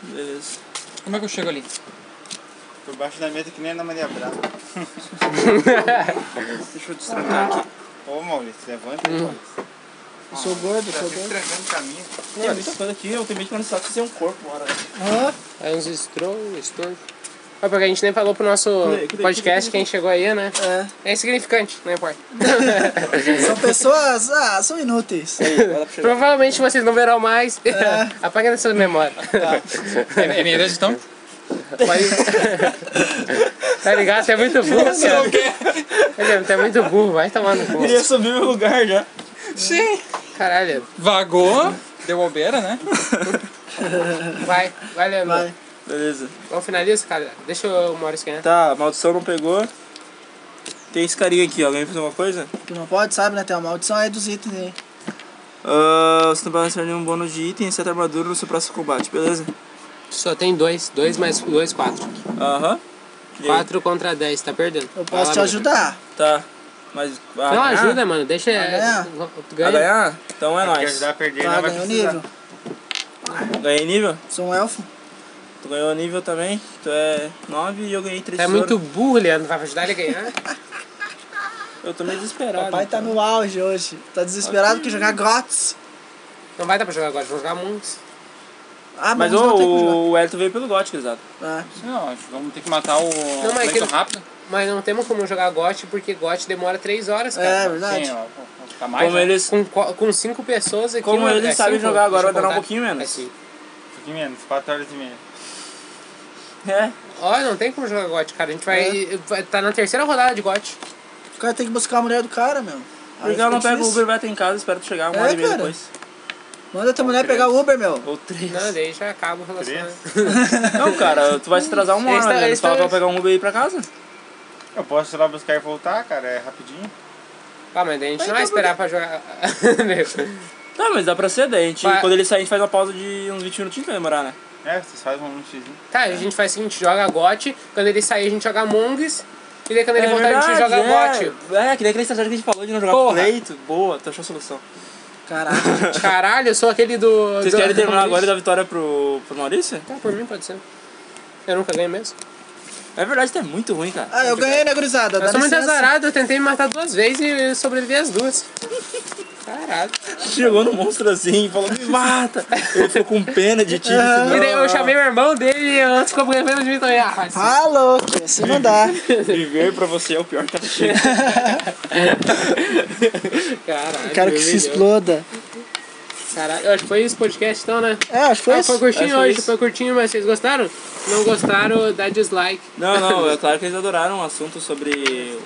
S2: Beleza.
S4: Como é que eu chego ali?
S5: Por baixo da mesa que nem a Ana Maria Braga.
S2: Deixa eu destrancar aqui.
S5: Ô, Maurício, levanta. Maurício.
S1: Hum. Eu sou gordo,
S5: Já
S1: sou
S5: fica
S1: gordo.
S5: trancando o caminho.
S2: Tem muita coisa aqui, eu tenho medo de quando saco ser um corpo, bora.
S1: Ó,
S3: Aí uns stroll, estorvo. Ah, porque a gente nem falou pro nosso
S2: Cadê? Cadê?
S3: podcast quem chegou aí, né?
S1: é.
S3: É insignificante, não importa.
S1: São pessoas. Ah, são inúteis.
S2: Aí, vai lá pra chegar.
S3: Provavelmente vocês não verão mais. Apaga da sua memória.
S4: É, é meia vez então?
S3: Tá ligado? Você é muito burro, cara. Ele é muito burro, vai tomar no cu.
S2: Queria subir meu lugar já.
S3: Caralho.
S4: Vagou, deu bobeira, né?
S3: Vai, vai, Leandro.
S1: Vai.
S2: Beleza.
S3: Vamos finalizar, cara. Deixa o Maurício ganhar.
S2: Tá, a maldição não pegou. Tem esse carinha aqui, ó. alguém fez alguma coisa?
S1: Que não pode, sabe, né? Tem uma maldição aí dos itens né? aí.
S2: Ah, você não vai receber nenhum bônus de item, exceto armadura no seu próximo combate, beleza?
S3: Só tem dois. Dois mais dois, quatro.
S2: Aham. E aí?
S3: Quatro contra dez, tá perdendo.
S1: Eu
S3: Vai
S1: posso
S3: lá,
S1: te
S3: Maurício.
S1: ajudar.
S2: Tá. Mas. vai
S3: Não
S2: ganhar?
S3: ajuda, mano. Deixa.
S1: ganhar?
S2: Vai
S3: Ganha.
S2: ganhar? Então é
S5: Quer
S2: nóis.
S5: ajudar a perder,
S1: Tá,
S5: não vai
S1: ganhou
S5: precisar.
S1: nível.
S2: Ganhei nível?
S1: Sou um elfo.
S2: Tu ganhou nível também. Tu é 9 e eu ganhei 3
S3: Tá muito burro, Leandro. Vai ajudar ele a ganhar?
S2: Eu tô meio desesperado.
S1: Papai tá no auge hoje. Tá desesperado que jogar GOTS.
S3: Não vai dar pra jogar agora, vamos jogar Monks.
S1: Ah, mas
S2: Mas
S1: não tem
S2: ô,
S1: Ah, como
S2: o, o Elton veio pelo gótico, exato.
S1: jogar.
S4: Não, acho que vamos ter que matar o
S3: Não, mas
S4: Cleiton
S3: aquele-
S4: rápido.
S3: Mas não temos como jogar GOT porque GOT demora 3 horas,
S1: É,
S5: tá
S1: é
S3: cara.
S1: verdade.
S4: Sim, ó, tá mais,
S2: Como
S4: né?
S2: eles.
S3: Com, co- com cinco pessoas aqui.
S2: Como
S3: mano,
S2: eles
S3: é
S2: sabem
S3: cinco?
S2: jogar agora,
S3: Deixa
S2: vai
S3: eu
S2: demorar um
S3: contar.
S2: pouquinho menos.
S3: É cinco.
S5: Um pouquinho menos, quatro horas e meia.
S2: É.
S3: Ó, não tem como jogar GOT, cara. A gente vai. vai- Tá na terceira rodada de GOT.
S1: O cara tem que buscar a mulher do cara, meu.
S2: Porque
S1: fica
S2: eu não pego o
S1: difícil.
S2: Uber, vai até em casa, espero tu chegar uma
S1: É,
S2: hora e meia
S1: cara.
S2: depois.
S1: Manda tua mulher pegar o Uber, meu.
S2: Ou três.
S3: Não, daí já acaba o
S1: Tá
S3: relacionamento.
S2: Não, cara, tu vai se atrasar uma
S3: Eles
S2: hora,
S3: tão-
S2: velho.
S3: eles
S2: Tu fala
S3: tão-
S2: pra pegar um Uber e ir pra casa?
S5: Eu posso ir lá buscar e voltar, cara, é rapidinho.
S3: Ah, mas daí a gente não vai esperar pra jogar. Meu.
S2: Tá, mas dá pra ser, daí a gente,
S3: Vai.
S2: quando ele sair, a gente faz uma pausa de uns 20 minutinhos pra demorar, né?
S5: É, vocês fazem um xzinho.
S3: tá, a gente faz o seguinte: joga GOT. Quando ele sair, a gente joga Monks. E daí quando ele
S2: É
S3: voltar, a gente
S2: verdade,
S3: joga
S2: é.
S3: GOT.
S2: É, que nem aquela estratégia que a gente falou de não jogar
S3: Porra.
S2: pro leito. Boa, tu achou a solução.
S1: Caraca.
S3: Caralho, eu é sou aquele do.
S2: Vocês
S3: do-
S2: querem
S3: do
S2: terminar agora e
S3: Maurício.
S2: dar vitória pro, pro Maurício?
S3: Tá, por mim pode ser. Eu nunca ganho mesmo.
S2: É verdade, tu é muito ruim, cara.
S1: Ah, eu ganhei, né, gurizada?
S3: Eu
S1: Dá
S3: sou muito
S1: licença.
S3: azarado, eu tentei me matar duas vezes e sobrevivi as duas. Caralho.
S2: Chegou no monstro assim e falou, me mata. Ele ficou com pena de ti. disse,
S3: E daí
S2: "Não,
S3: eu chamei meu irmão dele e antes ficou ganhando de mim também. Ah, mas-
S1: Ah, louco, assim não dá.
S2: não. Viver pra você é o pior castigo.
S3: Caralho.
S1: Quero Ah, que
S3: me
S1: se
S3: humilhou.
S1: exploda.
S3: Caralho, eu acho que foi esse podcast então, né?
S1: É, acho que foi
S3: Foi, ah,
S1: isso.
S3: foi curtinho
S2: Acho
S3: hoje,
S2: isso.
S3: foi curtinho, mas vocês gostaram? Não gostaram, dá dislike.
S2: Não, não, é claro que eles adoraram o assunto sobre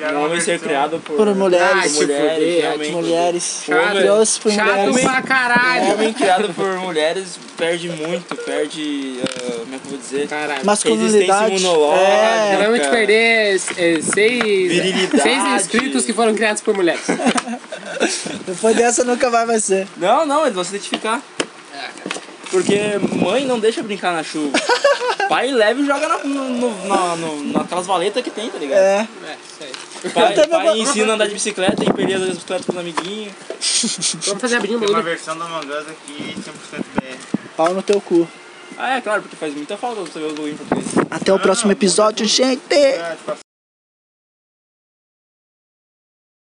S2: um homem ser criado por,
S1: Por mulheres.
S3: Ai,
S2: por
S3: se
S2: mulheres,
S3: fuder, é, tipo,
S2: realmente.
S1: Mulheres.
S3: Ah, Chato.
S1: Criou-se por
S3: Chato
S1: mulheres.
S3: pra
S2: Um
S3: caralho.
S2: homem criado por mulheres perde muito, perde. ah, como é que eu vou dizer?
S3: Caralho.
S1: Masculinidade.
S2: Resistência imunológica.
S1: É.
S3: Acabamos de
S2: cara.
S3: perder eh, seis,
S2: Virilidade.
S3: seis inscritos que foram criados por mulheres.
S1: É, Depois dessa nunca mais vai ser.
S2: Não, não, eles vão se identificar. Porque mãe não deixa brincar na chuva. Pai leva e joga na, no, no, na, no, naquelas valetas que tem, tá ligado?
S1: É.
S3: É, isso aí.
S2: Pai,
S1: Eu também
S2: pai
S1: vou-
S2: ensina a andar de bicicleta e perder as bicicletas pros amiguinhos.
S3: Vamos fazer abrir um
S5: Tem uma
S3: bagulho.
S5: versão do Among Us aqui 100% BR.
S1: Pau no teu cu.
S2: Ah, é claro, porque faz muita falta saber o Luim português.
S1: Até o próximo episódio, gente!
S5: É, tipo,